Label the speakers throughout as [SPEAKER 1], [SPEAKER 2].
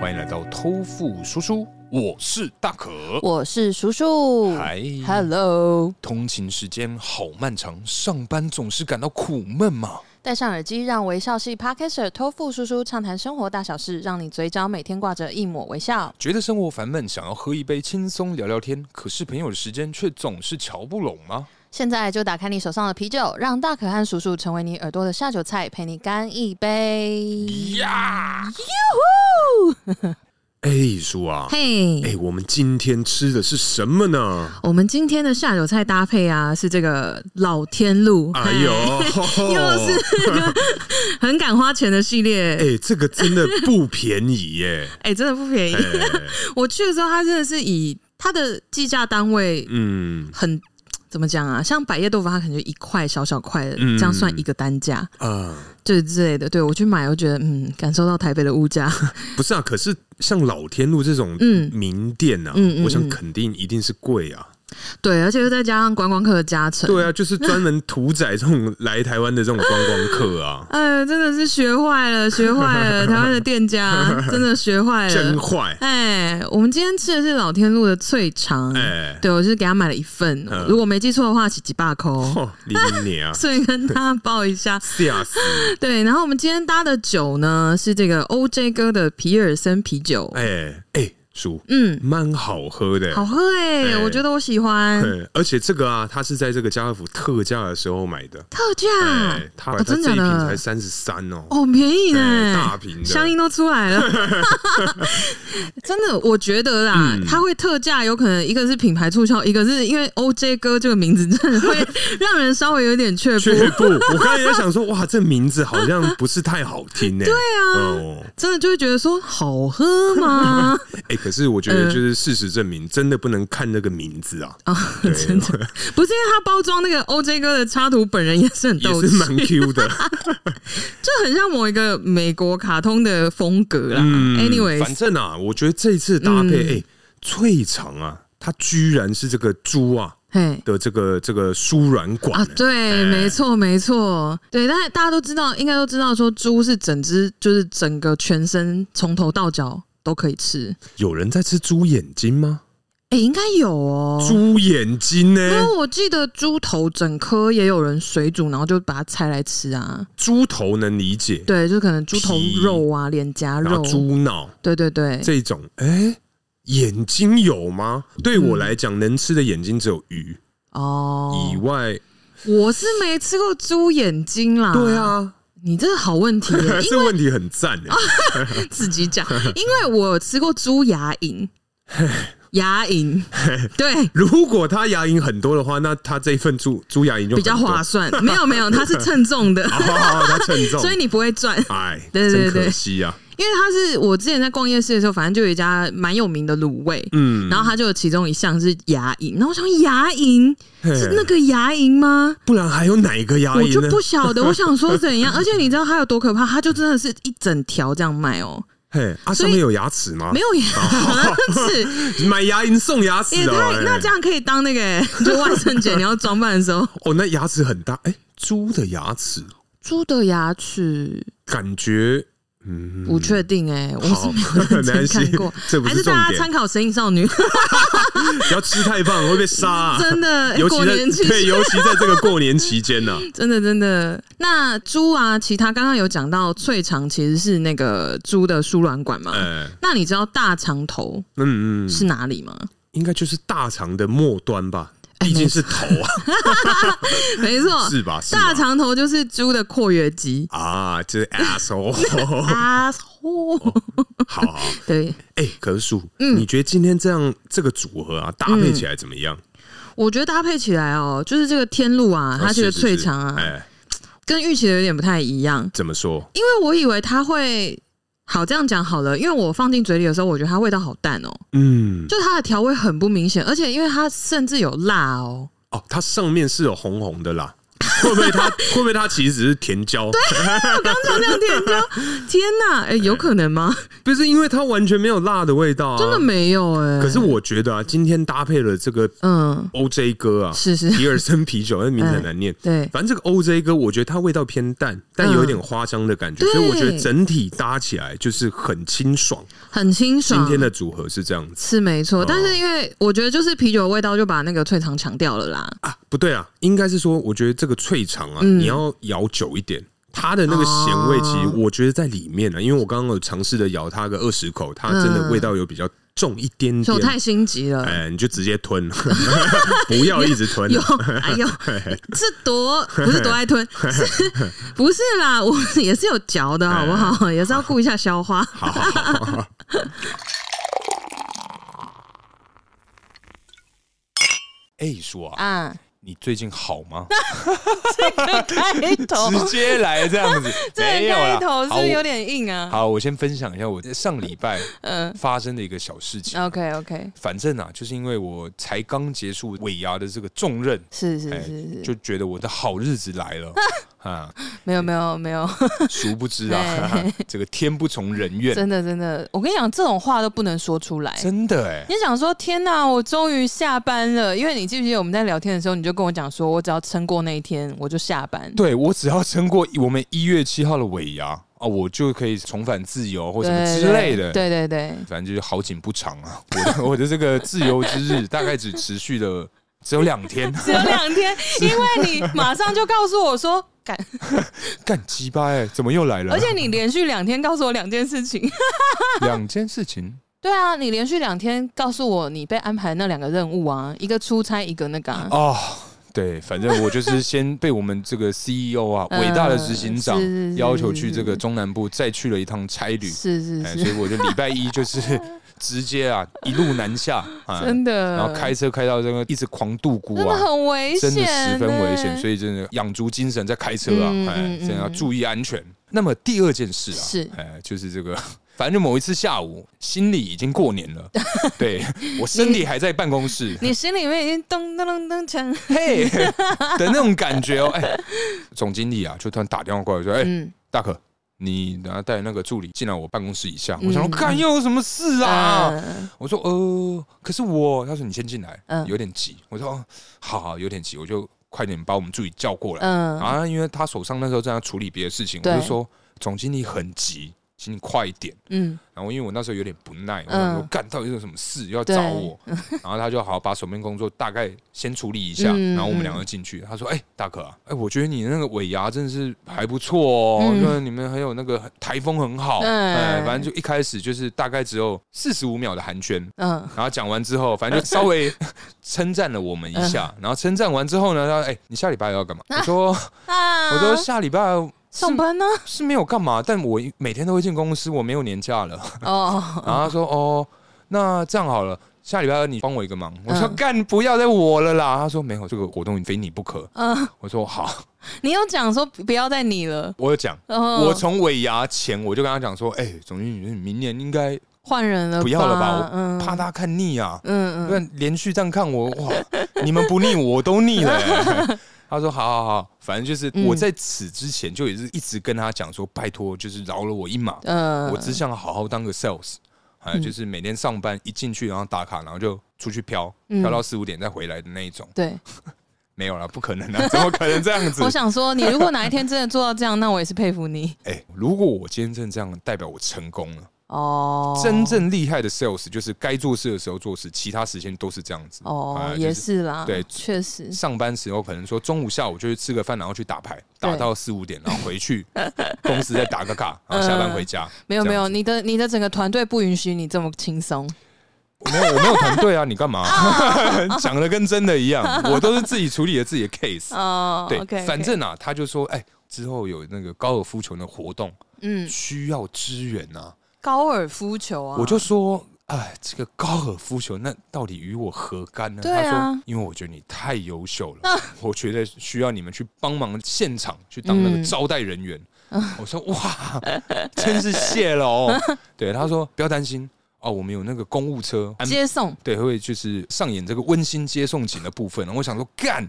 [SPEAKER 1] 欢迎来到偷富叔叔，我是大可。
[SPEAKER 2] 我是叔叔。
[SPEAKER 1] 嗨
[SPEAKER 2] Hello，
[SPEAKER 1] 通勤时间好漫长，上班总是感到苦闷嘛。
[SPEAKER 2] 戴上耳机，让微笑系 Podcaster 托付叔叔畅谈生活大小事，让你嘴角每天挂着一抹微笑。
[SPEAKER 1] 觉得生活烦闷，想要喝一杯轻松聊聊天，可是朋友的时间却总是瞧不拢吗？
[SPEAKER 2] 现在就打开你手上的啤酒，让大可和叔叔成为你耳朵的下酒菜，陪你干一杯。
[SPEAKER 1] 呀！
[SPEAKER 3] 哎、叔啊，
[SPEAKER 2] 嘿、
[SPEAKER 3] 哎、我们今天吃的是什么呢？
[SPEAKER 2] 我们今天的下酒菜搭配啊，是这个老天路，
[SPEAKER 3] 哎呦，
[SPEAKER 2] 又是很敢花钱的系 列。
[SPEAKER 3] 哎、这个真的不便宜耶！
[SPEAKER 2] 哎、真的不便宜。
[SPEAKER 3] 哎、
[SPEAKER 2] 我去的时候，它真的是以它的计价单位
[SPEAKER 3] 嗯
[SPEAKER 2] 很怎么讲啊？像百叶豆腐，它可能就一块小小块的，
[SPEAKER 3] 嗯
[SPEAKER 2] 这样算一个单价，
[SPEAKER 3] 啊，
[SPEAKER 2] 对之类的。对我去买，我觉得嗯，感受到台北的物价，
[SPEAKER 3] 不是啊，可是像老天路这种
[SPEAKER 2] 嗯
[SPEAKER 3] 名店啊，
[SPEAKER 2] 嗯嗯嗯
[SPEAKER 3] 我想肯定一定是贵啊。
[SPEAKER 2] 对，而且又再加上观光客的加成，，
[SPEAKER 3] 对啊，就是专门屠宰这种来台湾的这种观光客啊
[SPEAKER 2] 哎，真的是学坏 了，学坏了，台湾的店家真的学坏
[SPEAKER 3] 真
[SPEAKER 2] 了。
[SPEAKER 3] 坏！
[SPEAKER 2] 哎，我们今天吃的是老天路的脆肠，
[SPEAKER 3] 哎、
[SPEAKER 2] 对我就是给他买了一份，
[SPEAKER 3] 嗯
[SPEAKER 2] 如果没记错的话，是几把 扣，，
[SPEAKER 3] 哦，你你啊
[SPEAKER 2] 所以跟大家报一下。
[SPEAKER 3] 吓死！
[SPEAKER 2] 对，然后我们今天搭的酒呢是这个 OJ 哥的皮尔森啤酒，
[SPEAKER 3] 哎、哎、叔，
[SPEAKER 2] 嗯，
[SPEAKER 3] 蛮好喝的。
[SPEAKER 2] 好喝哎、
[SPEAKER 3] 哎
[SPEAKER 2] 我觉得我喜欢
[SPEAKER 3] 对，而且这个啊，它是在这个家乐福特价的时候买的，
[SPEAKER 2] 特价
[SPEAKER 3] 哎，它
[SPEAKER 2] 哦
[SPEAKER 3] 它这
[SPEAKER 2] 真
[SPEAKER 3] 一
[SPEAKER 2] 的假
[SPEAKER 3] 瓶
[SPEAKER 2] 的
[SPEAKER 3] 才三十三哦，
[SPEAKER 2] 哦，便宜呢、
[SPEAKER 3] 哎大瓶的
[SPEAKER 2] 香音都出来了，真的，我觉得啦，
[SPEAKER 3] 嗯
[SPEAKER 2] 它会特价，有可能一个是品牌促销，一个是因为 OJ 哥这个名字真的会 让人稍微有点却 步，
[SPEAKER 3] 却步。我刚才也想说，哇，这名字好像不是太好 听呢。对啊，哦，
[SPEAKER 2] 真的就会觉得说好喝吗？
[SPEAKER 3] 哎，可是我觉
[SPEAKER 2] 嗯
[SPEAKER 3] 得就是事实证明，真的不能看那个名字啊，
[SPEAKER 2] 啊、
[SPEAKER 3] 对
[SPEAKER 2] 真的不是因为它包装那个 OJ 哥的插图，本人也是很逗
[SPEAKER 3] 也是
[SPEAKER 2] 趣，
[SPEAKER 3] 蛮 Q 的。
[SPEAKER 2] 就很像某一个美国卡通的风格啦。
[SPEAKER 3] 嗯
[SPEAKER 2] Anyways，嗯
[SPEAKER 3] 反正啊，我觉得这一次搭配，哎，脆肠啊，它居然是这个猪啊
[SPEAKER 2] 嘿，
[SPEAKER 3] 的这个这个输卵管
[SPEAKER 2] 啊，
[SPEAKER 3] 欸，
[SPEAKER 2] 对，没错，没错，对，但是大家都知道，应该都知道，说猪是整只，就是整个全身从头到脚都可以吃。
[SPEAKER 3] 有人在吃猪眼睛吗？
[SPEAKER 2] 哎、应该有哦。
[SPEAKER 3] 猪眼睛呢？
[SPEAKER 2] 因为我记得猪头整颗也有人水煮，然后就把它拆来吃啊。
[SPEAKER 3] 猪头能理解，
[SPEAKER 2] 对，就可能猪头
[SPEAKER 3] 皮
[SPEAKER 2] 肉啊、脸颊
[SPEAKER 3] 然
[SPEAKER 2] 肉
[SPEAKER 3] 后，猪脑
[SPEAKER 2] 对对对，
[SPEAKER 3] 这种，哎、眼睛有吗？对我来讲，能吃的眼睛只有鱼，
[SPEAKER 2] 嗯哦
[SPEAKER 3] 以，外，
[SPEAKER 2] 我是没吃过猪眼睛啦。
[SPEAKER 3] 对，啊，
[SPEAKER 2] 你这个好问题耶，因
[SPEAKER 3] 这问题很赞哎、
[SPEAKER 2] 为自己讲，因为我吃过猪牙 龈，牙龈，对。
[SPEAKER 3] 如果他牙龈很多的话，那他这一份猪猪牙龈就
[SPEAKER 2] 比较
[SPEAKER 3] 很多
[SPEAKER 2] 划。算。 没有没有，它是称重的，
[SPEAKER 3] 好好好，他称 重，
[SPEAKER 2] 所以你不会赚。
[SPEAKER 3] 哎，
[SPEAKER 2] 对对对
[SPEAKER 3] 真可惜啊。
[SPEAKER 2] 因为它是我之前在逛夜市的时候，反正就有一家蛮有名的卤味，
[SPEAKER 3] 嗯，
[SPEAKER 2] 然后它就有其中一项是牙龈，然后我想牙龈
[SPEAKER 3] 嘿
[SPEAKER 2] 是那个牙龈吗？
[SPEAKER 3] 不然还有哪个牙
[SPEAKER 2] 我
[SPEAKER 3] 龈
[SPEAKER 2] 就
[SPEAKER 3] 呢？
[SPEAKER 2] 不晓 得，我想说怎样，而且你知道它有多可怕？它就真的是一整条这样卖哦，
[SPEAKER 3] 嘿，啊，
[SPEAKER 2] 所
[SPEAKER 3] 上
[SPEAKER 2] 以
[SPEAKER 3] 面有牙齿吗
[SPEAKER 2] 没？有牙 齿，
[SPEAKER 3] 买牙龈送牙齿
[SPEAKER 2] 也
[SPEAKER 3] 哦、
[SPEAKER 2] 太
[SPEAKER 3] 哎
[SPEAKER 2] 那这样可以当那个欸就万圣节你要装扮的 时候，
[SPEAKER 3] 哦，那牙齿很大，哎、猪的牙齿
[SPEAKER 2] 猪的牙齿
[SPEAKER 3] 感觉， 嗯，
[SPEAKER 2] 不确定哎，我是
[SPEAKER 3] 好
[SPEAKER 2] 没有认
[SPEAKER 3] 没关
[SPEAKER 2] 真
[SPEAKER 3] 系
[SPEAKER 2] 看过，
[SPEAKER 3] 这不
[SPEAKER 2] 还
[SPEAKER 3] 是
[SPEAKER 2] 是
[SPEAKER 3] 重
[SPEAKER 2] 大家
[SPEAKER 3] 点
[SPEAKER 2] 参考《神隐少女》。
[SPEAKER 3] 不要吃太棒会被杀、啊。
[SPEAKER 2] 真的，哎
[SPEAKER 3] 尤
[SPEAKER 2] 过
[SPEAKER 3] 其在
[SPEAKER 2] 年期
[SPEAKER 3] 对，尤其在这个过年期间呢、
[SPEAKER 2] 真的真的。那猪啊，其他刚刚有讲到脆肠其实是那个猪的输卵管嘛。
[SPEAKER 3] 呃，
[SPEAKER 2] 那你知道大肠头
[SPEAKER 3] 嗯嗯，
[SPEAKER 2] 是哪 里吗？
[SPEAKER 3] 应该就是大肠的末端吧，
[SPEAKER 2] 哎
[SPEAKER 3] 毕竟是头啊，
[SPEAKER 2] 没错，
[SPEAKER 3] 是吧？是吧
[SPEAKER 2] 大肠头就是猪的括约肌。
[SPEAKER 3] 啊，就是 asshole。
[SPEAKER 2] 啊吼！
[SPEAKER 3] 哦好好，
[SPEAKER 2] 对，
[SPEAKER 3] 哎、可是叔，
[SPEAKER 2] 嗯
[SPEAKER 3] 你觉得今天这样这个组合啊，搭配起来怎么样？
[SPEAKER 2] 我觉得搭配起来哦，就是这个天路啊，它这个
[SPEAKER 3] 哦是是
[SPEAKER 2] 脆
[SPEAKER 3] 是
[SPEAKER 2] 肠啊，
[SPEAKER 3] 哎、
[SPEAKER 2] 跟预期的有点不太一样。
[SPEAKER 3] 怎么说？
[SPEAKER 2] 因为我以为它会好这样讲好了，因为我放进嘴里的时候，我觉得它味道好淡哦，
[SPEAKER 3] 嗯，
[SPEAKER 2] 就它的调味很不明显，而且因为它甚至有辣哦。
[SPEAKER 3] 哦，它上面是有红红的啦，
[SPEAKER 4] 会不会他会不会他其实只是甜椒？
[SPEAKER 2] 我刚刚讲甜椒，啊天 哪，哎、有可能吗？
[SPEAKER 4] 不是因为它完全没有辣的味道啊。
[SPEAKER 2] 真的没有哎、
[SPEAKER 4] 可是我觉得啊，今天搭配了这个
[SPEAKER 2] 嗯，
[SPEAKER 4] OJ 哥啊，
[SPEAKER 2] 是是
[SPEAKER 4] 皮尔森啤酒，那名字很难念。
[SPEAKER 2] 对，嗯
[SPEAKER 4] 反正这个 OJ 哥，我觉得它味道偏淡，但有一点花香的感觉，
[SPEAKER 2] 对
[SPEAKER 4] 所以我觉得整体搭起来就是很清爽。
[SPEAKER 2] 很清
[SPEAKER 4] 今
[SPEAKER 2] 爽。
[SPEAKER 4] 天的哦组合是这样子
[SPEAKER 2] 是没错，但是因为我觉得就是啤酒的味道就把那个脆肠强调了啦。
[SPEAKER 4] 啊，不对啊，应该是说，我觉得这个脆肠啊，
[SPEAKER 2] 嗯
[SPEAKER 4] 你要咬久一点。它的那个咸味，其实
[SPEAKER 2] 哦
[SPEAKER 4] 我觉得在里面呢、啊，因为我刚刚有尝试的咬它个二十口，它真的
[SPEAKER 2] 嗯
[SPEAKER 4] 味道有比较重一点
[SPEAKER 2] 所以
[SPEAKER 4] 点
[SPEAKER 2] 我。太心急了，
[SPEAKER 4] 哎，你就直接吞， 不要一直吞
[SPEAKER 2] 有。 哎呦，这多不是多 爱吞，
[SPEAKER 4] 哎
[SPEAKER 2] 是 不是啦？我也是有嚼的，好不好？也是要顾一下消化。
[SPEAKER 4] 哎好好好好好，
[SPEAKER 3] 哎、叔啊，
[SPEAKER 2] 啊，
[SPEAKER 3] 你最近好 吗？
[SPEAKER 2] 开 头
[SPEAKER 3] 直接来这样子，
[SPEAKER 2] 这
[SPEAKER 3] 没有
[SPEAKER 2] 开
[SPEAKER 3] 啦。
[SPEAKER 2] 头是
[SPEAKER 3] 好
[SPEAKER 2] 不是
[SPEAKER 3] 我
[SPEAKER 2] 有点硬啊？
[SPEAKER 3] 好，我先分享一下我上礼拜
[SPEAKER 2] 嗯
[SPEAKER 3] 发生的一个小事情。
[SPEAKER 2] ，OK OK，
[SPEAKER 3] 反正啊，就是因为我才刚结束尾牙的这个重任，
[SPEAKER 2] 是是
[SPEAKER 3] 哎、
[SPEAKER 2] 是是，
[SPEAKER 3] 就觉得我的好日子来 了啊！
[SPEAKER 2] 没有没有没有，
[SPEAKER 3] 殊不知啊， 这个天不从人愿，
[SPEAKER 2] 真的真的，我跟你讲，这种话都不能说出来。
[SPEAKER 3] 真的哎、
[SPEAKER 2] 你想说天哪，我终于下班了，因为你记不记得我们在聊天的时候，你就跟我讲说，我只要撑过那一天，我就下班。
[SPEAKER 3] 对我只要撑过我们一月七号的尾牙啊，我就可以重返自由或什么之类的。
[SPEAKER 2] 对对对，
[SPEAKER 3] 反正就是好景不长啊，我的 我的这个自由之日大概只持续了只有两天，
[SPEAKER 2] 只有两天，因为你马上就告诉我说。干，
[SPEAKER 3] 干鸡巴哎，怎么又来了？
[SPEAKER 2] 而且你连续两天告诉我两件事情，
[SPEAKER 3] 两件事情，
[SPEAKER 2] 对啊，你连续两天告诉我你被安排那两个任务啊，一个出差，一个那个、啊，
[SPEAKER 3] 哦，对，反正我就是先被我们这个 CEO 啊，
[SPEAKER 2] 嗯
[SPEAKER 3] 伟大的执行长
[SPEAKER 2] 是是是
[SPEAKER 3] 要求去这个中南部，再去了一趟差旅，
[SPEAKER 2] 是是
[SPEAKER 3] 哎，
[SPEAKER 2] 是，
[SPEAKER 3] 所以我就礼拜一就是 直接啊一路南下啊，
[SPEAKER 2] 真的，
[SPEAKER 3] 然后开车开到这个一直狂度孤
[SPEAKER 2] 真的
[SPEAKER 3] 啊。
[SPEAKER 2] 很危险欸
[SPEAKER 3] 真
[SPEAKER 2] 呢、
[SPEAKER 3] 的十分危险，所以真的养足精神在开车啊，
[SPEAKER 2] 嗯
[SPEAKER 3] 哎，
[SPEAKER 2] 嗯
[SPEAKER 3] 真的要
[SPEAKER 2] 嗯
[SPEAKER 3] 注意安全。那么第二件事啊，
[SPEAKER 2] 是
[SPEAKER 3] 哎，就是这个， 反正就某一次下午，心里已经过年 了，对我身体还在办公室，
[SPEAKER 2] 你心里面已经咚咚咚咚锵，
[SPEAKER 3] 嘿 的那种感觉哦。哎、总经理啊，就突然打电话过来说：“哎、
[SPEAKER 2] 嗯，
[SPEAKER 3] 大可，你等下带那个助理进来我办公室一下。
[SPEAKER 2] 嗯
[SPEAKER 3] 我想说，干又有什么事啊？
[SPEAKER 2] 嗯
[SPEAKER 3] 我说：“呃，可是我……他说你先进来，
[SPEAKER 2] 嗯
[SPEAKER 3] 有点急。”我说：“哦，好好，有点急，我就快点把我们助理叫过来。
[SPEAKER 2] 嗯
[SPEAKER 3] 然后因为他手上那时候正在处理别的事情，我
[SPEAKER 2] 对
[SPEAKER 3] 就说：“总经理很急，请你快一点。”
[SPEAKER 2] 嗯，
[SPEAKER 3] 然后因为我那时候有点不耐，我想说
[SPEAKER 2] 嗯
[SPEAKER 3] 干到底有什么事要
[SPEAKER 2] 对
[SPEAKER 3] 找我，然后他就好把手边工作大概先处理一下，
[SPEAKER 2] 嗯
[SPEAKER 3] 然后我们两个进去，他说：“哎、大可啊，哎、我觉得你那个尾牙真的是还不错哦，
[SPEAKER 2] 嗯
[SPEAKER 3] 因为你们很有那个台风很好，
[SPEAKER 2] 嗯
[SPEAKER 3] 哎、反正就一开始就是大概只有四十五秒的寒暄。”
[SPEAKER 2] 嗯，
[SPEAKER 3] 然后讲完之后，反正就稍 微称赞了我们一下。
[SPEAKER 2] 嗯
[SPEAKER 3] 然后称赞完之后呢，他说哎、你下礼拜要干嘛？我说，
[SPEAKER 2] 啊，
[SPEAKER 3] 我说下礼拜是
[SPEAKER 2] 上班呢，
[SPEAKER 3] 是没有干嘛，但我每天都会进公司，我没有年假了。
[SPEAKER 2] 哦，
[SPEAKER 3] 然后他说：“哦，那这样好了，下礼拜二你帮我一个忙。”我说：“
[SPEAKER 2] 嗯
[SPEAKER 3] 干，不要再我了啦。”他说：“没有，这个活动非你不可。
[SPEAKER 2] 嗯，”
[SPEAKER 3] 我说：“好，
[SPEAKER 2] 你有讲说不要再你了，
[SPEAKER 3] 我有讲。”
[SPEAKER 2] 哦，
[SPEAKER 3] 我从尾牙前我就跟他讲说：“哎、总经理，明年应该
[SPEAKER 2] 换人了，
[SPEAKER 3] 不要了吧？
[SPEAKER 2] 嗯
[SPEAKER 3] 我怕，他看腻啊，
[SPEAKER 2] 嗯
[SPEAKER 3] 不然连续这样看我，哇，你们不腻，我都腻了、 欸他说：“好好好，反正就是
[SPEAKER 2] 嗯
[SPEAKER 3] 我在此之前就也是一直跟他讲说，拜托，就是饶了我一马。”
[SPEAKER 2] 嗯，
[SPEAKER 3] 我只想好好当个 sales，哎、
[SPEAKER 2] 嗯
[SPEAKER 3] 就是每天上班一进去然后打卡，然后就出去飘，
[SPEAKER 2] 嗯
[SPEAKER 3] 飘到四五点再回来的那一种。
[SPEAKER 2] 对，
[SPEAKER 3] 没有啦，不可能啊，怎么可能这样子
[SPEAKER 2] 我？想说，你如果哪一天真的做到这样，那我也是佩服你
[SPEAKER 3] 哎、如果我今天真的这样，代表我成功了。
[SPEAKER 2] 哦。
[SPEAKER 3] 真正厉害的 sales 就是该做事的时候做事，其他时间都是这样子。
[SPEAKER 2] 哦
[SPEAKER 3] 哎，
[SPEAKER 2] 也
[SPEAKER 3] 就是
[SPEAKER 2] 是啦，
[SPEAKER 3] 对
[SPEAKER 2] 确实，
[SPEAKER 3] 上班时候可能说中午下午就去吃个饭，然后去打牌，
[SPEAKER 2] 对
[SPEAKER 3] 打到四五点，然后回去公司再打个卡，然后下班回家。
[SPEAKER 2] 嗯 没有
[SPEAKER 3] 这
[SPEAKER 2] 没
[SPEAKER 3] 样
[SPEAKER 2] 有，
[SPEAKER 3] 子
[SPEAKER 2] 你的你的整个团队不允许你这么轻松。
[SPEAKER 3] 没有，我没有团队啊，你干 嘛？
[SPEAKER 2] 啊
[SPEAKER 3] 讲的跟真的一样，我都是自己处理了自己的 case。
[SPEAKER 2] 哦，
[SPEAKER 3] 对
[SPEAKER 2] OK，OK
[SPEAKER 3] 反正啊，他就说，哎、之后有那个高尔夫球的活动，
[SPEAKER 2] 嗯，
[SPEAKER 3] 需要支援啊。
[SPEAKER 2] 高尔夫球啊，
[SPEAKER 3] 我就说，哎，这个高尔夫球那到底与我何干呢？
[SPEAKER 2] 对啊
[SPEAKER 3] 他说，因为我觉得你太优秀了， 我觉得需要你们去帮忙现场去当那个
[SPEAKER 2] 嗯
[SPEAKER 3] 招待人 员。我说哇，真是谢了哦。对，他说不要担心。哦，我们有那个公务车安
[SPEAKER 2] 接送，
[SPEAKER 3] 对，会就是上演这个温馨接送景的部分。然后我想说，干，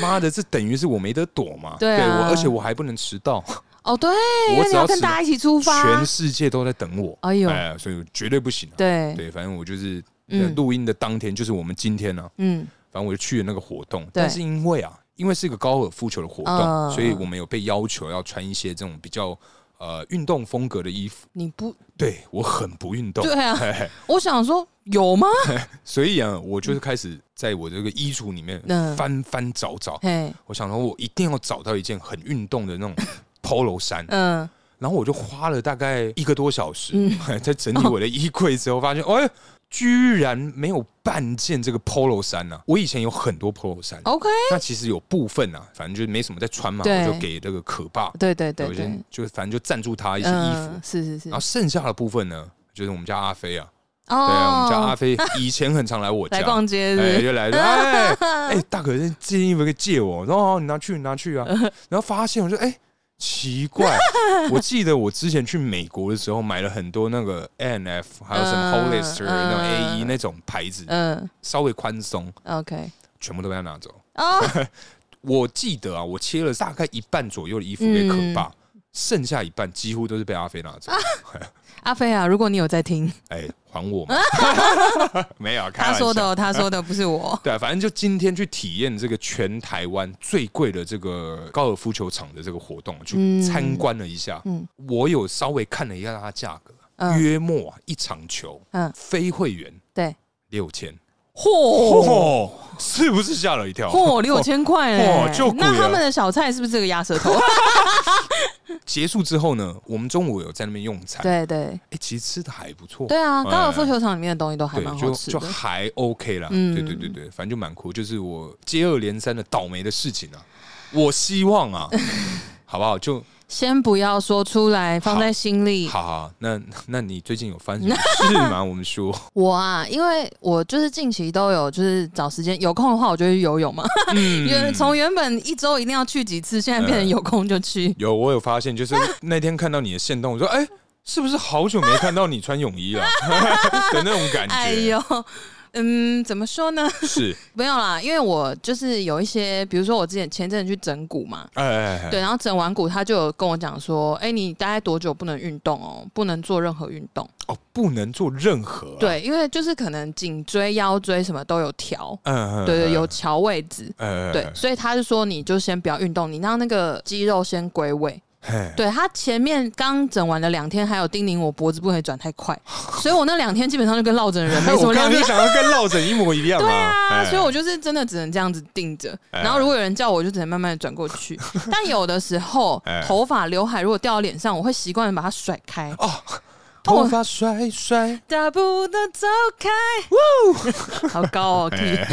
[SPEAKER 3] 妈的，这等于是我没得躲嘛。
[SPEAKER 2] 对啊
[SPEAKER 3] 我而且我还不能迟到，
[SPEAKER 2] 哦，对，
[SPEAKER 3] 我
[SPEAKER 2] 因为
[SPEAKER 3] 只
[SPEAKER 2] 你
[SPEAKER 3] 要
[SPEAKER 2] 要跟
[SPEAKER 3] 迟
[SPEAKER 2] 大家一起出发，
[SPEAKER 3] 全世界都在等我。
[SPEAKER 2] 哎呦
[SPEAKER 3] 哎，所以我绝对不行、啊。
[SPEAKER 2] 对，
[SPEAKER 3] 对，反正我就是
[SPEAKER 2] 嗯
[SPEAKER 3] 录音的当天，就是我们今天呢、啊，
[SPEAKER 2] 嗯，
[SPEAKER 3] 反正我就去了那个活动。但是因为啊，因为是一个高尔夫球的活动，
[SPEAKER 2] 嗯
[SPEAKER 3] 所以我们有被要求要穿一些这种比较呃运动风格的衣服。
[SPEAKER 2] 你不
[SPEAKER 3] 对我很不运动，哎
[SPEAKER 2] 对啊
[SPEAKER 3] 嘿嘿
[SPEAKER 2] 我想说有吗？
[SPEAKER 3] 所以啊，我就是开始在我这个衣橱里面
[SPEAKER 2] 嗯
[SPEAKER 3] 翻翻找找。
[SPEAKER 2] 嘿，
[SPEAKER 3] 我想说，我一定要找到一件很运动的那 种 polo 衫。
[SPEAKER 2] 嗯，
[SPEAKER 3] 然后我就花了大概一个多小时，
[SPEAKER 2] 嗯哦
[SPEAKER 3] 在整理我的衣柜之后，发现，哎，居然没有半件这个 polo 衫呢、我以前有很多 polo 衫，
[SPEAKER 2] OK，
[SPEAKER 3] 那其实有部分啊，反正就是没什么在穿嘛，
[SPEAKER 2] 哦对
[SPEAKER 3] 我就给这个可爸，
[SPEAKER 2] 对对对
[SPEAKER 3] 有些
[SPEAKER 2] 对，
[SPEAKER 3] 就反正就赞助他一些衣服。
[SPEAKER 2] 嗯，是是是
[SPEAKER 3] 然后，剩下的部分呢，就是我们家阿飞啊，对啊，我们家阿
[SPEAKER 2] 哦，
[SPEAKER 3] 飞以前很常来我家
[SPEAKER 2] 来逛街是不
[SPEAKER 3] 哎，
[SPEAKER 2] 是
[SPEAKER 3] 就来说， 哎哎，大可这这件衣服可以借我，然后哦你拿去，你拿 去啊。然后发现我说，哎，奇怪，我记得我之前去美国的时候买了很多那个 N F，还有什么
[SPEAKER 2] 嗯
[SPEAKER 3] Hollister 那种 A
[SPEAKER 2] 嗯
[SPEAKER 3] E 那种牌子，
[SPEAKER 2] 嗯
[SPEAKER 3] 稍微宽松，
[SPEAKER 2] ，OK，
[SPEAKER 3] 全部都被他拿走。
[SPEAKER 2] 哦，
[SPEAKER 3] 我记得啊，我切了大概一半左右的衣服给可
[SPEAKER 2] 嗯
[SPEAKER 3] 爸，剩下一半几乎都是被阿飞拿
[SPEAKER 2] 啊
[SPEAKER 3] 走。
[SPEAKER 2] 阿飞啊，如果你有在听，
[SPEAKER 3] 哎，还 我嘛？ 没有，开
[SPEAKER 2] 他
[SPEAKER 3] 玩
[SPEAKER 2] 说的
[SPEAKER 3] 笑
[SPEAKER 2] 哦，他说的不是我，
[SPEAKER 3] 对啊，反正就今天去体验这个全台湾最贵的这个高尔夫球场的这个活动，去
[SPEAKER 2] 嗯
[SPEAKER 3] 参观了一下。
[SPEAKER 2] 嗯
[SPEAKER 3] 我有稍微看了一下它的价格，
[SPEAKER 2] 嗯
[SPEAKER 3] 约莫啊一场球，
[SPEAKER 2] 嗯
[SPEAKER 3] 非会员
[SPEAKER 2] 对，
[SPEAKER 3] 六千，
[SPEAKER 2] 嚯
[SPEAKER 3] 哦，是不是吓了一跳？
[SPEAKER 2] 嚯，六千块
[SPEAKER 3] 嚯
[SPEAKER 2] 嘞
[SPEAKER 3] 就，贵
[SPEAKER 2] 那他
[SPEAKER 3] 了
[SPEAKER 2] 们的小菜是不是这个鸭舌头？啊
[SPEAKER 3] 结束之后呢，我们中午有在那边用餐，哎、
[SPEAKER 2] 对对
[SPEAKER 3] 其实吃的还不错，
[SPEAKER 2] 对啊，
[SPEAKER 3] 哎
[SPEAKER 2] 高尔夫球场里面的东西都还
[SPEAKER 3] 对，
[SPEAKER 2] 蛮好
[SPEAKER 3] 就
[SPEAKER 2] 吃
[SPEAKER 3] 就
[SPEAKER 2] 的。
[SPEAKER 3] 还 OK 啦。
[SPEAKER 2] 嗯
[SPEAKER 3] 对对对对，反正就蛮酷，就是我接二连三的倒霉的事情啊，我希望 啊，好不好？就
[SPEAKER 2] 先不要说出来，放在心里。
[SPEAKER 3] 好好，那那你最近有发生什么事 吗？我们说，
[SPEAKER 2] 我啊，因为我就是近期都有，就是找时间有空的话，我就去游泳嘛。
[SPEAKER 3] 嗯
[SPEAKER 2] 原从原本一周一定要去几次，现在变成有空就去。
[SPEAKER 3] 有我有发现，就是那天看到你的线动，我说，哎、是不是好久没看到你穿泳衣 了的那种感觉？
[SPEAKER 2] 哎呦，嗯，怎么说呢？
[SPEAKER 3] 是，
[SPEAKER 2] 没有啦，因为我就是有一些，比如说我之前前阵子去整骨嘛，
[SPEAKER 3] 哎哎哎，
[SPEAKER 2] 对，然后整完骨他就有跟我讲说，哎、你大概多久不能运动哦？不能做任何运动。
[SPEAKER 3] 哦，不能做任何、，啊
[SPEAKER 2] 对，因为就是可能颈椎、腰椎什么都有调，
[SPEAKER 3] 嗯，嗯
[SPEAKER 2] 对对，有，调位置。
[SPEAKER 3] 嗯
[SPEAKER 2] 对，，所以他就说你就先不要运动，你让那个肌肉先归位。
[SPEAKER 3] 哎
[SPEAKER 2] 对他前面刚整完了两天，还有叮咛我脖子不可以转太快， 所以我那两天基本上就跟落枕的人
[SPEAKER 3] 哎，
[SPEAKER 2] 没什
[SPEAKER 3] 我
[SPEAKER 2] 么
[SPEAKER 3] 刚
[SPEAKER 2] 两
[SPEAKER 3] 刚就
[SPEAKER 2] 样。
[SPEAKER 3] 想要跟落枕一模一样嘛，对
[SPEAKER 2] 啊，所以我就是真的只能这样子定着，
[SPEAKER 3] 哎
[SPEAKER 2] 然后如果有人叫我，我就只能慢慢的转过去。但有的时候
[SPEAKER 3] 哎，
[SPEAKER 2] 头发、刘海如果掉到脸上，我会习惯地把它甩开，
[SPEAKER 3] 哦，头发甩甩，
[SPEAKER 2] 大步的走开， 好高哦 k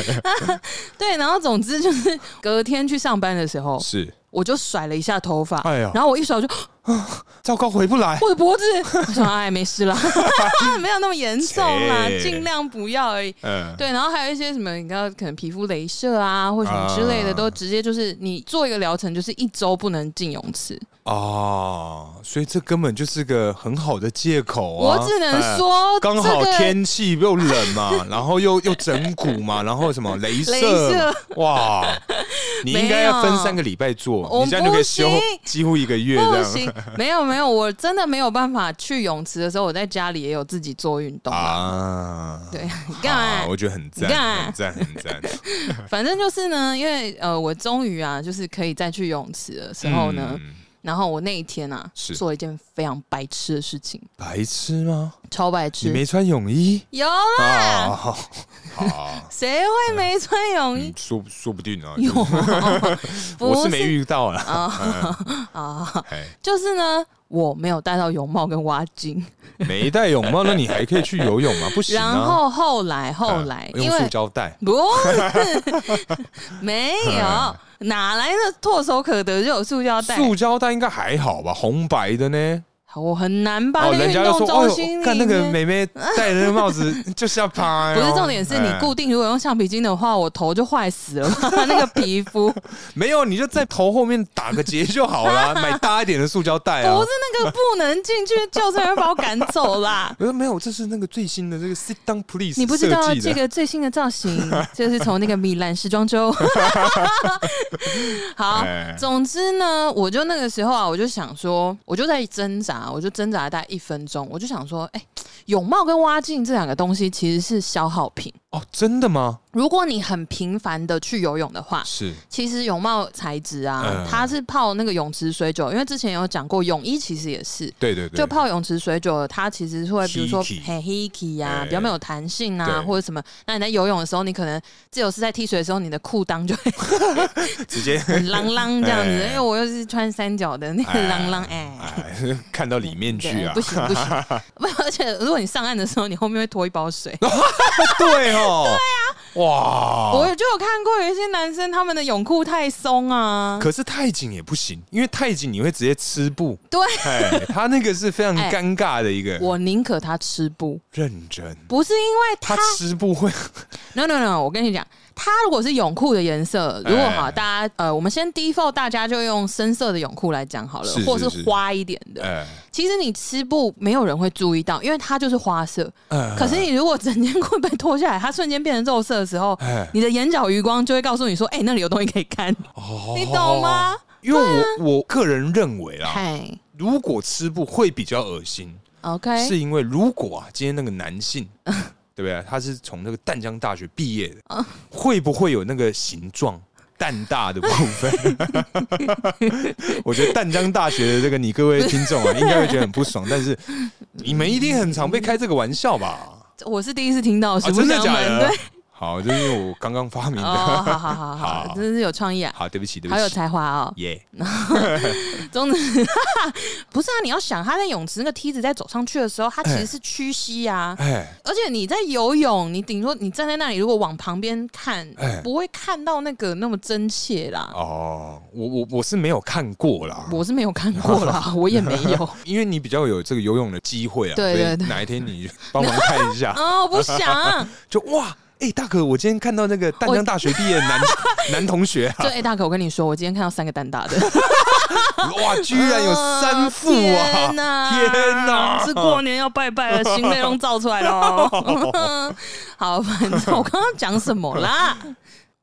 [SPEAKER 2] 对，然后总之就是隔天去上班的时候，
[SPEAKER 3] 是，
[SPEAKER 2] 我就甩了一下头发，
[SPEAKER 3] 哎呀
[SPEAKER 2] 然后我一甩我就
[SPEAKER 3] 糟糕，回不来，
[SPEAKER 2] 我的脖子， 我想哎没事啦， 没有那么严重啦
[SPEAKER 3] 切，
[SPEAKER 2] 尽量不要而已。
[SPEAKER 3] 嗯，
[SPEAKER 2] 对，然后还有一些什么，你知道，可能皮肤镭射啊，或什么之类的，
[SPEAKER 3] 啊
[SPEAKER 2] 都直接就是你做一个疗程，就是一周不能进泳池。
[SPEAKER 3] 哦，所以这根本就是个很好的借口啊！
[SPEAKER 2] 我只能
[SPEAKER 3] 哎
[SPEAKER 2] 说
[SPEAKER 3] 刚好
[SPEAKER 2] 哦这个
[SPEAKER 3] 天气又冷 嘛，然后又又整骨嘛，然后什么镭射
[SPEAKER 2] 镭，
[SPEAKER 3] 哇！你应该要
[SPEAKER 2] 没
[SPEAKER 3] 分
[SPEAKER 2] 有
[SPEAKER 3] 三个礼拜做，
[SPEAKER 2] 我
[SPEAKER 3] 你这样就可以休
[SPEAKER 2] 不行
[SPEAKER 3] 几乎一个月这
[SPEAKER 2] 不
[SPEAKER 3] 样
[SPEAKER 2] 行，没有没有，我真的没有办法去泳池的时候，我在家里也有自己做运动啊。
[SPEAKER 3] 啊！
[SPEAKER 2] 对，你
[SPEAKER 3] 好，
[SPEAKER 2] 干嘛？
[SPEAKER 3] 我觉得很赞，
[SPEAKER 2] 你干嘛
[SPEAKER 3] 很赞，很 赞。
[SPEAKER 2] 反正就是呢，因为呃，我终于啊，就是可以再去泳池的时候呢，
[SPEAKER 3] 嗯，
[SPEAKER 2] 然后我那一天啊，
[SPEAKER 3] 是
[SPEAKER 2] 做了一件非常白痴的事情，
[SPEAKER 3] 白痴吗？
[SPEAKER 2] 超白
[SPEAKER 3] 你
[SPEAKER 2] 痴。
[SPEAKER 3] 没穿泳衣
[SPEAKER 2] 有啦，
[SPEAKER 3] 啊？ 好，好
[SPEAKER 2] 谁会没穿泳
[SPEAKER 3] 嗯
[SPEAKER 2] 衣？
[SPEAKER 3] 说说不定啊，
[SPEAKER 2] 有，不
[SPEAKER 3] 我是没遇到啦。
[SPEAKER 2] 啊，
[SPEAKER 3] 哎
[SPEAKER 2] 就是呢，我没有戴到泳帽跟蛙 镜，
[SPEAKER 3] 没戴泳帽，那你还可以去游泳吗？不行啊！
[SPEAKER 2] 然后后来后
[SPEAKER 3] 嗯
[SPEAKER 2] 来，因
[SPEAKER 3] 用塑
[SPEAKER 2] 为
[SPEAKER 3] 胶袋，
[SPEAKER 2] 不是 没
[SPEAKER 3] 啊
[SPEAKER 2] 有哪来的唾手可得就有塑胶袋？
[SPEAKER 3] 塑胶袋应该还好吧？红白的呢？
[SPEAKER 2] 我很难吧？
[SPEAKER 3] 哦，
[SPEAKER 2] 那个
[SPEAKER 3] 人
[SPEAKER 2] 运
[SPEAKER 3] 家就
[SPEAKER 2] 动
[SPEAKER 3] 说，哦呦，
[SPEAKER 2] 中心
[SPEAKER 3] 看那
[SPEAKER 2] 里
[SPEAKER 3] 个
[SPEAKER 2] 面
[SPEAKER 3] 妹妹戴 的那个帽子就是要趴。
[SPEAKER 2] 不是重点是你
[SPEAKER 3] 哎
[SPEAKER 2] 固定，如果用橡皮筋的话，我头就坏死了吧，那个皮肤
[SPEAKER 3] 没有，你就在头后面打个结就好啦， 买大一点的塑胶袋啊。
[SPEAKER 2] 不。是那个不能进去，教授会把我赶走 啦
[SPEAKER 3] 我说没有，这是那个最新的这个 sit down please
[SPEAKER 2] 你不知道
[SPEAKER 3] 设计
[SPEAKER 2] 这
[SPEAKER 3] 的
[SPEAKER 2] 个最新的造型， 就是从那个米兰时装周。 好
[SPEAKER 3] 哎，
[SPEAKER 2] 总之呢，我就那个时候啊，我就想说，我就在挣扎，我就挣扎了大概一分钟，我就想说，哎、泳帽跟蛙镜这两个东西其实是消耗品。
[SPEAKER 3] 哦，真的吗？
[SPEAKER 2] 如果你很频繁的去游泳的话，
[SPEAKER 3] 是
[SPEAKER 2] 其实泳帽材质啊，
[SPEAKER 3] 嗯
[SPEAKER 2] 它是泡那个泳池水酒，因为之前有讲过，泳衣其实也是。
[SPEAKER 3] 对对对，
[SPEAKER 2] 就泡泳池水酒，它其实是会比如说
[SPEAKER 3] Hiki
[SPEAKER 2] 很 hiki 呀、
[SPEAKER 3] 哎
[SPEAKER 2] 比较没有弹性啊，
[SPEAKER 3] 对
[SPEAKER 2] 或者什么。那你在游泳的时候，你可能自由是在踢水的时候，你的裤裆就会
[SPEAKER 3] 哎直接
[SPEAKER 2] 很啷啷这样子，
[SPEAKER 3] 哎
[SPEAKER 2] 因为我又是穿三角的那个啷啷哎。
[SPEAKER 3] 哎，看到里面去
[SPEAKER 2] 对
[SPEAKER 3] 啊
[SPEAKER 2] 不！行 不行，不，而且如果你上岸的时候，你后面会拖一 包水。
[SPEAKER 3] 哦对 哦，对啊，
[SPEAKER 2] 我
[SPEAKER 3] 哇！
[SPEAKER 2] 也就有看过有一些男生他们的泳裤太松啊，
[SPEAKER 3] 可是太紧也不行，因为太紧你会直接吃布。
[SPEAKER 2] 对
[SPEAKER 3] 哎，他那个是非常
[SPEAKER 2] 哎
[SPEAKER 3] 尴尬的一个。
[SPEAKER 2] 我宁可他吃布，
[SPEAKER 3] 认真，
[SPEAKER 2] 不是因为
[SPEAKER 3] 他吃布会
[SPEAKER 2] No no no，我跟你讲，它如果是泳裤的颜色，如果好，
[SPEAKER 3] 哎
[SPEAKER 2] 大家呃，我们先 default 大家就用深色的泳裤来讲好了，
[SPEAKER 3] 是
[SPEAKER 2] 或
[SPEAKER 3] 是
[SPEAKER 2] 是
[SPEAKER 3] 是
[SPEAKER 2] 花一点的。
[SPEAKER 3] 呃
[SPEAKER 2] 其实你吃布没有人会注意到，因为它就是花色。
[SPEAKER 3] 呃，
[SPEAKER 2] 可是你如果整件裤被脱下来，它瞬间变成肉色的时候，
[SPEAKER 3] 哎
[SPEAKER 2] 你的眼角余光就会告诉你说：“哎、那里有东西可以看。
[SPEAKER 3] 哦
[SPEAKER 2] 你懂吗？啊哎
[SPEAKER 3] 因为我我个人认为啦，
[SPEAKER 2] 嗨
[SPEAKER 3] 如果吃布会比较恶心，
[SPEAKER 2] ，OK，
[SPEAKER 3] 是因为如果啊，今天那个男性，
[SPEAKER 2] 嗯
[SPEAKER 3] 对不对？他是从那个淡江大学毕业的，会不会有那个形状？蛋大的部分， 我觉得淡江大学的这个你各位听众啊，应该会觉得很不爽，但是你们一定很常被开这个玩笑吧？
[SPEAKER 2] 我是第一次听到，实
[SPEAKER 3] 啊，
[SPEAKER 2] 不
[SPEAKER 3] 真的
[SPEAKER 2] 相
[SPEAKER 3] 假
[SPEAKER 2] 瞒，
[SPEAKER 3] 的
[SPEAKER 2] 对，？
[SPEAKER 3] 好，这是我刚刚发明
[SPEAKER 2] 哦，
[SPEAKER 3] 的。
[SPEAKER 2] 好好好好，
[SPEAKER 3] 好
[SPEAKER 2] 真是有创意啊，
[SPEAKER 3] 好，对不起，对不
[SPEAKER 2] 好有
[SPEAKER 3] 起，
[SPEAKER 2] 才华哦。
[SPEAKER 3] 耶，
[SPEAKER 2] 中指， 不是啊！你要想，他在泳池那个梯子在走上去的时候，他其实是屈膝啊。
[SPEAKER 3] 哎，
[SPEAKER 2] 而且你在游泳，你顶多你站在那里，如果往旁边看
[SPEAKER 3] 哎，
[SPEAKER 2] 不会看到那个那么真切啦。
[SPEAKER 3] 哦，我我我是没有看过啦，
[SPEAKER 2] 我是没有看过 啦，我也没有。
[SPEAKER 3] 因为你比较有这个游泳的机会啊，
[SPEAKER 2] 对
[SPEAKER 3] 所以
[SPEAKER 2] 对对
[SPEAKER 3] 哪一天你帮忙看一 下，
[SPEAKER 2] 啊，我不想。
[SPEAKER 3] 就哇，哎、大可，我今天看到那个淡江大学毕业的 男 男同学啊
[SPEAKER 2] 就，哎，大哥，我跟你说，我今天看到三个蛋大的，
[SPEAKER 3] 哇，居然有三副啊！
[SPEAKER 2] 哦天哪！哦
[SPEAKER 3] 天哪
[SPEAKER 2] 是过年要拜拜的新内容造出来 了哦。好，反正我刚刚讲什么啦？哦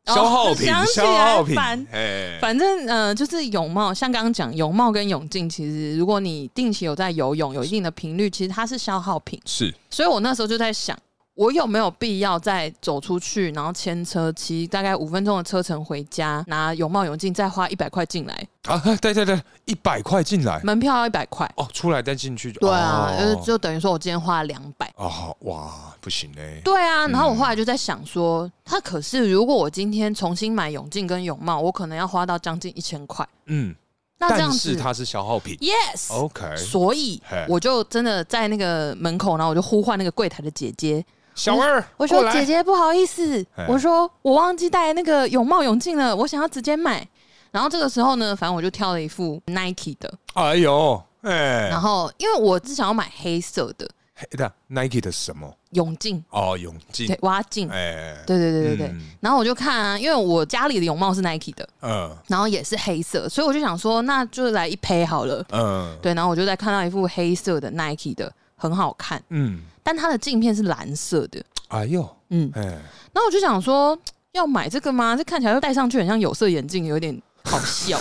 [SPEAKER 3] 消耗品
[SPEAKER 2] 想，起
[SPEAKER 3] 消
[SPEAKER 2] 来
[SPEAKER 3] 耗品，
[SPEAKER 2] 烦
[SPEAKER 3] 哎，
[SPEAKER 2] 反正呃，就是泳帽，像刚刚讲泳帽跟泳镜，其实如果你定期有在游泳，有一定的频率，其实它是消耗品。
[SPEAKER 3] 是
[SPEAKER 2] 所以我那时候就在想，我有没有必要再走出去，然后牵车骑大概五分钟的车程回家，拿泳帽泳镜再花一百块进来，
[SPEAKER 3] 啊，对对对，一百块进来
[SPEAKER 2] 门票要一百块。
[SPEAKER 3] 哦，出来再进去就，
[SPEAKER 2] 对啊，就是
[SPEAKER 3] 哦
[SPEAKER 2] 就等于说我今天花了两百。
[SPEAKER 3] 哦，哇，不行嘞、
[SPEAKER 2] 对啊，然后我后来就在想说，他可是如果我今天重新买泳镜跟泳帽，我可能要花到将近一千块。
[SPEAKER 3] 嗯，
[SPEAKER 2] 那这样
[SPEAKER 3] 但
[SPEAKER 2] 子
[SPEAKER 3] 是它是消耗品
[SPEAKER 2] Yes，
[SPEAKER 3] ，OK，
[SPEAKER 2] 所以
[SPEAKER 3] 嘿
[SPEAKER 2] 我就真的在那个门口，然后我就呼唤那个柜台的姐姐，
[SPEAKER 3] 小二，过
[SPEAKER 2] 我说：“
[SPEAKER 3] 来
[SPEAKER 2] 姐姐，不好意思
[SPEAKER 3] 嘿，
[SPEAKER 2] 我说我忘记带那个泳帽泳镜了，我想要直接买。”然后这个时候呢，反正我就挑了一副 Nike 的，
[SPEAKER 3] 哎呦，哎、
[SPEAKER 2] 然后因为我只想要买黑色的
[SPEAKER 3] 嘿等一下 Nike 的什么？
[SPEAKER 2] 泳镜，
[SPEAKER 3] 哦，泳镜，
[SPEAKER 2] 对，蛙镜，
[SPEAKER 3] 哎，
[SPEAKER 2] 对对对对对
[SPEAKER 3] 嗯。
[SPEAKER 2] 然后我就看啊，因为我家里的泳帽是 Nike 的，
[SPEAKER 3] 嗯
[SPEAKER 2] 然后也是黑色，所以我就想说，那就来一胚好了。
[SPEAKER 3] 嗯
[SPEAKER 2] 对，然后我就在看到一副黑色的 Nike 的，很好看，
[SPEAKER 3] 嗯，
[SPEAKER 2] 但它的镜片是蓝色的，
[SPEAKER 3] 哎呦，
[SPEAKER 2] 嗯。
[SPEAKER 3] 哎，
[SPEAKER 2] 然后我就想说，要买这个吗？这看起来又戴上去很像有色眼镜，有点好 笑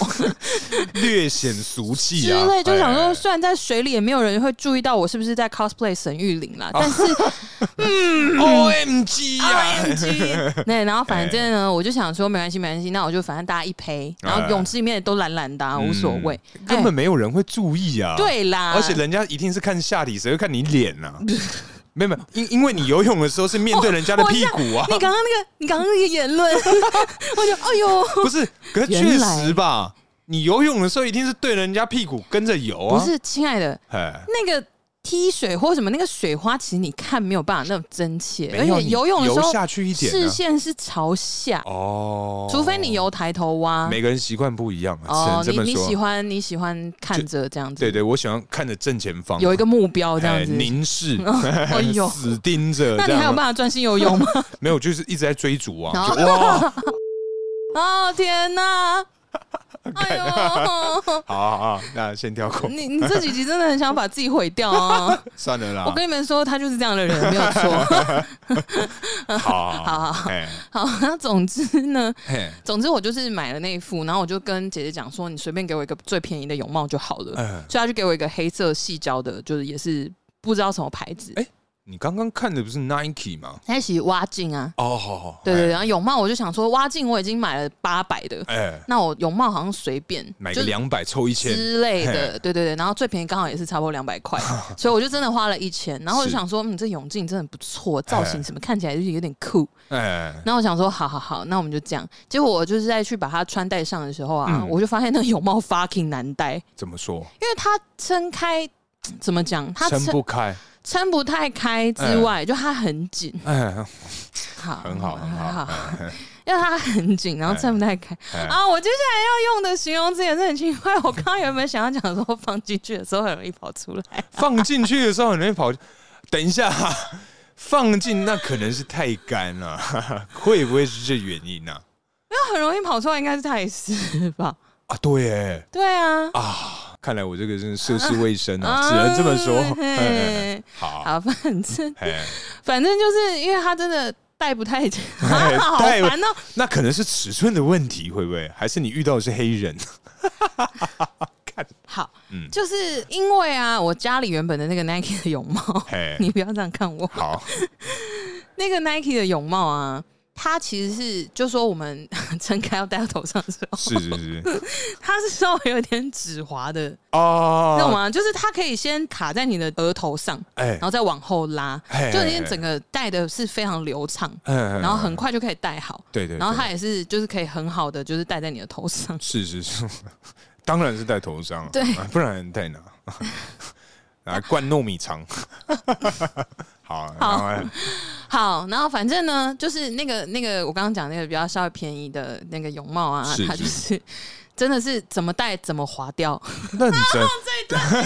[SPEAKER 3] 略显俗气
[SPEAKER 2] 之
[SPEAKER 3] 啊，
[SPEAKER 2] 类。就想说，
[SPEAKER 3] 哎
[SPEAKER 2] 虽然在水里也没有人会注意到我是不是在 cosplay 沈玉玲
[SPEAKER 3] 哦
[SPEAKER 2] 啦，但是嗯
[SPEAKER 3] OMG 呀，
[SPEAKER 2] OMG，对，然后
[SPEAKER 3] 哎
[SPEAKER 2] 反正呢，我就想说没关系，没关系，那我就反正大家一赔，然后
[SPEAKER 3] 哎
[SPEAKER 2] 泳池里面也都蓝蓝的、啊，无所谓，
[SPEAKER 3] 嗯根本
[SPEAKER 2] 哎、
[SPEAKER 3] 没有人会注意啊，，
[SPEAKER 2] 对啦，
[SPEAKER 3] 而且人家一定是看下体，谁会看你脸 呐？没有没有，因因为你游泳的时候是面对人家的屁股啊
[SPEAKER 2] 你，刚刚那个，你刚刚那个言论， 我就哎呦，
[SPEAKER 3] 不是，可是确
[SPEAKER 2] 原来
[SPEAKER 3] 实吧，你游泳的时候一定是对人家屁股跟着游
[SPEAKER 2] 不
[SPEAKER 3] 啊，
[SPEAKER 2] 是，亲爱的，
[SPEAKER 3] 哎，
[SPEAKER 2] 那个踢水或什么那个水花，其实你看没有办法那么真切，而
[SPEAKER 3] 没有
[SPEAKER 2] 且游泳的时
[SPEAKER 3] 你游
[SPEAKER 2] 候
[SPEAKER 3] 下去一点啊
[SPEAKER 2] 视线是朝下，
[SPEAKER 3] 哦，
[SPEAKER 2] 除非你由抬头蛙。
[SPEAKER 3] 每个人习惯不一样啊，
[SPEAKER 2] 哦，
[SPEAKER 3] 只
[SPEAKER 2] 你
[SPEAKER 3] 能这
[SPEAKER 2] 你
[SPEAKER 3] 么
[SPEAKER 2] 喜
[SPEAKER 3] 说。
[SPEAKER 2] 欢你喜欢看着这样子，
[SPEAKER 3] 对对，我喜欢看着正前方，
[SPEAKER 2] 有一个目标这样
[SPEAKER 3] 哎
[SPEAKER 2] 子。
[SPEAKER 3] 凝视，
[SPEAKER 2] 哎 呦
[SPEAKER 3] 死盯着。
[SPEAKER 2] 那你
[SPEAKER 3] 这样
[SPEAKER 2] 还有办法专心游泳 吗？
[SPEAKER 3] 没有？就是一直在追逐啊！
[SPEAKER 2] 哦
[SPEAKER 3] 就哇，
[SPEAKER 2] 哦 天哪！哎呦，
[SPEAKER 3] 好好好，那先跳过，
[SPEAKER 2] 你你这几集真的很想把自己毁 掉啊！
[SPEAKER 3] 算了啦。
[SPEAKER 2] 我跟你们说，他就是这样的人，没有 错。
[SPEAKER 3] 好好
[SPEAKER 2] 好好
[SPEAKER 3] 哎
[SPEAKER 2] 好，那总之呢，
[SPEAKER 3] 嘿，
[SPEAKER 2] 总之我就是买了那一副，然后我就跟姐姐讲说，你随便给我一个最便宜的泳帽就好了。
[SPEAKER 3] 嗯，
[SPEAKER 2] 所以她就给我一个黑色细胶的，就是也是不知道什么牌子
[SPEAKER 3] 哎，你刚刚看的不是 Nike 吗？
[SPEAKER 2] 它洗蛙镜啊。
[SPEAKER 3] 哦，好好，
[SPEAKER 2] 对对对，然后泳帽我就想说，蛙镜我已经买了八百的，
[SPEAKER 3] 哎，哎，
[SPEAKER 2] 那我泳帽好像随便
[SPEAKER 3] 买个
[SPEAKER 2] 就是
[SPEAKER 3] 两百抽一千，
[SPEAKER 2] 之类的，对对对，然后最便宜刚好也是差不多两百 块，所以我就真的花了一千，然后我就是想说，嗯，这泳镜真的不错，造型什么看起来就是有点酷，
[SPEAKER 3] 哎，
[SPEAKER 2] 然后我想说，好好好，那我们就这样。结果我就是在去把它穿戴上的时候啊，
[SPEAKER 3] 嗯
[SPEAKER 2] 我就发现那个泳帽 fucking 难戴，因
[SPEAKER 3] 怎么说？
[SPEAKER 2] 为它撑开。怎么讲？它
[SPEAKER 3] 撑
[SPEAKER 2] 撑
[SPEAKER 3] 不嗯开，
[SPEAKER 2] 撑不太开之外，就它很紧，
[SPEAKER 3] 哎，
[SPEAKER 2] 好，
[SPEAKER 3] 很好，很好，哎
[SPEAKER 2] 因为它很紧，然后撑不太开。
[SPEAKER 3] 哎
[SPEAKER 2] 啊，我接下来要用的形容词也是很奇怪。我刚刚原本想要讲说放进去的时候很容易跑出 来，
[SPEAKER 3] 放进去的时候很容易跑。等一下，放进那可能是太干了，会不会是这原因啊呢、
[SPEAKER 2] 那很容易跑出来应该是太湿吧？
[SPEAKER 3] 啊？对耶，
[SPEAKER 2] 对啊，
[SPEAKER 3] 看来我这个真是涉世未深啊，
[SPEAKER 2] 啊
[SPEAKER 3] 只能这么说。
[SPEAKER 2] 嘿
[SPEAKER 3] 嘿好，
[SPEAKER 2] 好，反正
[SPEAKER 3] 哎，
[SPEAKER 2] 反正就是因为它真的戴不太，
[SPEAKER 3] 哎
[SPEAKER 2] 好
[SPEAKER 3] 戴
[SPEAKER 2] 烦哦、
[SPEAKER 3] 那可能是尺寸的问题，会不会？还是你遇到的是黑人？
[SPEAKER 2] 好，
[SPEAKER 3] 嗯
[SPEAKER 2] 就是因为啊，我家里原本的那个 Nike 的泳帽，
[SPEAKER 3] 嘿，
[SPEAKER 2] 你不要这样看我，
[SPEAKER 3] 好，
[SPEAKER 2] 那个 Nike 的泳帽啊。它其实是，就说我们 撑开要戴到头上的时候，
[SPEAKER 3] 是是 是，
[SPEAKER 2] 它是稍微有点止滑的，
[SPEAKER 3] 哦，
[SPEAKER 2] 懂吗？就是它可以先卡在你的额头上，
[SPEAKER 3] 哎
[SPEAKER 2] 然，后再往后拉，
[SPEAKER 3] 嘿
[SPEAKER 2] 就你整个戴的是非常流畅，
[SPEAKER 3] 然
[SPEAKER 2] 然后很快就可以戴好。
[SPEAKER 3] 哎对对，
[SPEAKER 2] 然后
[SPEAKER 3] 对。
[SPEAKER 2] 它也是就是可以很好的就是戴在你的头上
[SPEAKER 3] 是是是， 当然是戴头上、啊，
[SPEAKER 2] 对
[SPEAKER 3] 啊不然戴哪？ 啊，灌糯米肠， 好，
[SPEAKER 2] 好
[SPEAKER 3] 然后
[SPEAKER 2] 好，然后反正呢，就是那个那个我刚刚讲那个比较稍微便宜的那个泳帽啊，
[SPEAKER 3] 是
[SPEAKER 2] 它
[SPEAKER 3] 是
[SPEAKER 2] 就是真的是怎么戴怎么滑掉。
[SPEAKER 3] 认真。等一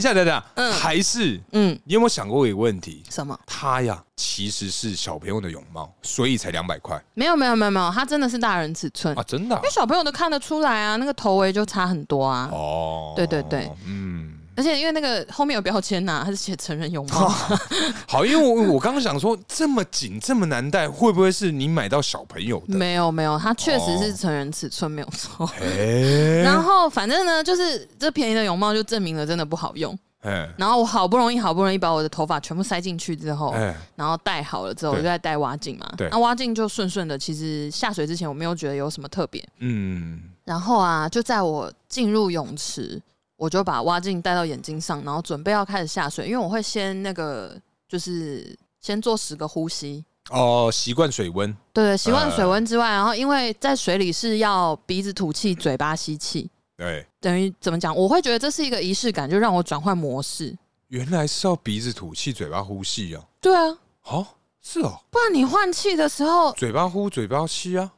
[SPEAKER 3] 下，等一下，还是
[SPEAKER 2] 嗯，
[SPEAKER 3] 你有没有想过一个问题？
[SPEAKER 2] 什么？
[SPEAKER 3] 它呀，其实是小朋友的泳帽，所以才两百块
[SPEAKER 2] 没有没有没有没有，它真的是大人尺寸，
[SPEAKER 3] 啊，
[SPEAKER 2] 因
[SPEAKER 3] 真的啊、
[SPEAKER 2] 为小朋友都看得出来啊，那个头围就差很多啊。
[SPEAKER 3] 哦，
[SPEAKER 2] 对对对，
[SPEAKER 3] 嗯，
[SPEAKER 2] 而且因为那个后面有标签呐、它是写成人泳帽。
[SPEAKER 3] 好，因为我我刚刚想说，这么紧，这么难戴，会不会是你买到小朋友的？
[SPEAKER 2] 没有没有，它确实是成人尺寸没有 错。
[SPEAKER 3] 哎，
[SPEAKER 2] 然后反正呢，就是这便宜的泳帽就证明了真的不好用。
[SPEAKER 3] 哎
[SPEAKER 2] 然后我好不容易好不容易把我的头发全部塞进去之后，
[SPEAKER 3] 哎，
[SPEAKER 2] 然后戴好了之后，我
[SPEAKER 3] 对
[SPEAKER 2] 就在戴蛙镜嘛
[SPEAKER 3] 对。
[SPEAKER 2] 那蛙镜就顺顺的，其实下水之前我没有觉得有什么特别。
[SPEAKER 3] 嗯，
[SPEAKER 2] 然后啊，就在我进入泳池，我就把蛙镜戴到眼睛上，然后准备要开始下水，因为我会先那个就是先做十个呼吸。
[SPEAKER 3] 哦，习惯水温，
[SPEAKER 2] 对对，习惯水温之外，然后因为在水里是要鼻子吐气，嘴巴吸气，
[SPEAKER 3] 对，
[SPEAKER 2] 等于怎么讲？我会觉得这是一个仪式感，就让我转换模式。
[SPEAKER 3] 原来是要鼻子吐气，嘴巴呼吸啊。
[SPEAKER 2] 对啊，
[SPEAKER 3] 哦，是哦，
[SPEAKER 2] 不然你换气的时候，
[SPEAKER 3] 嘴巴呼，嘴巴吸啊，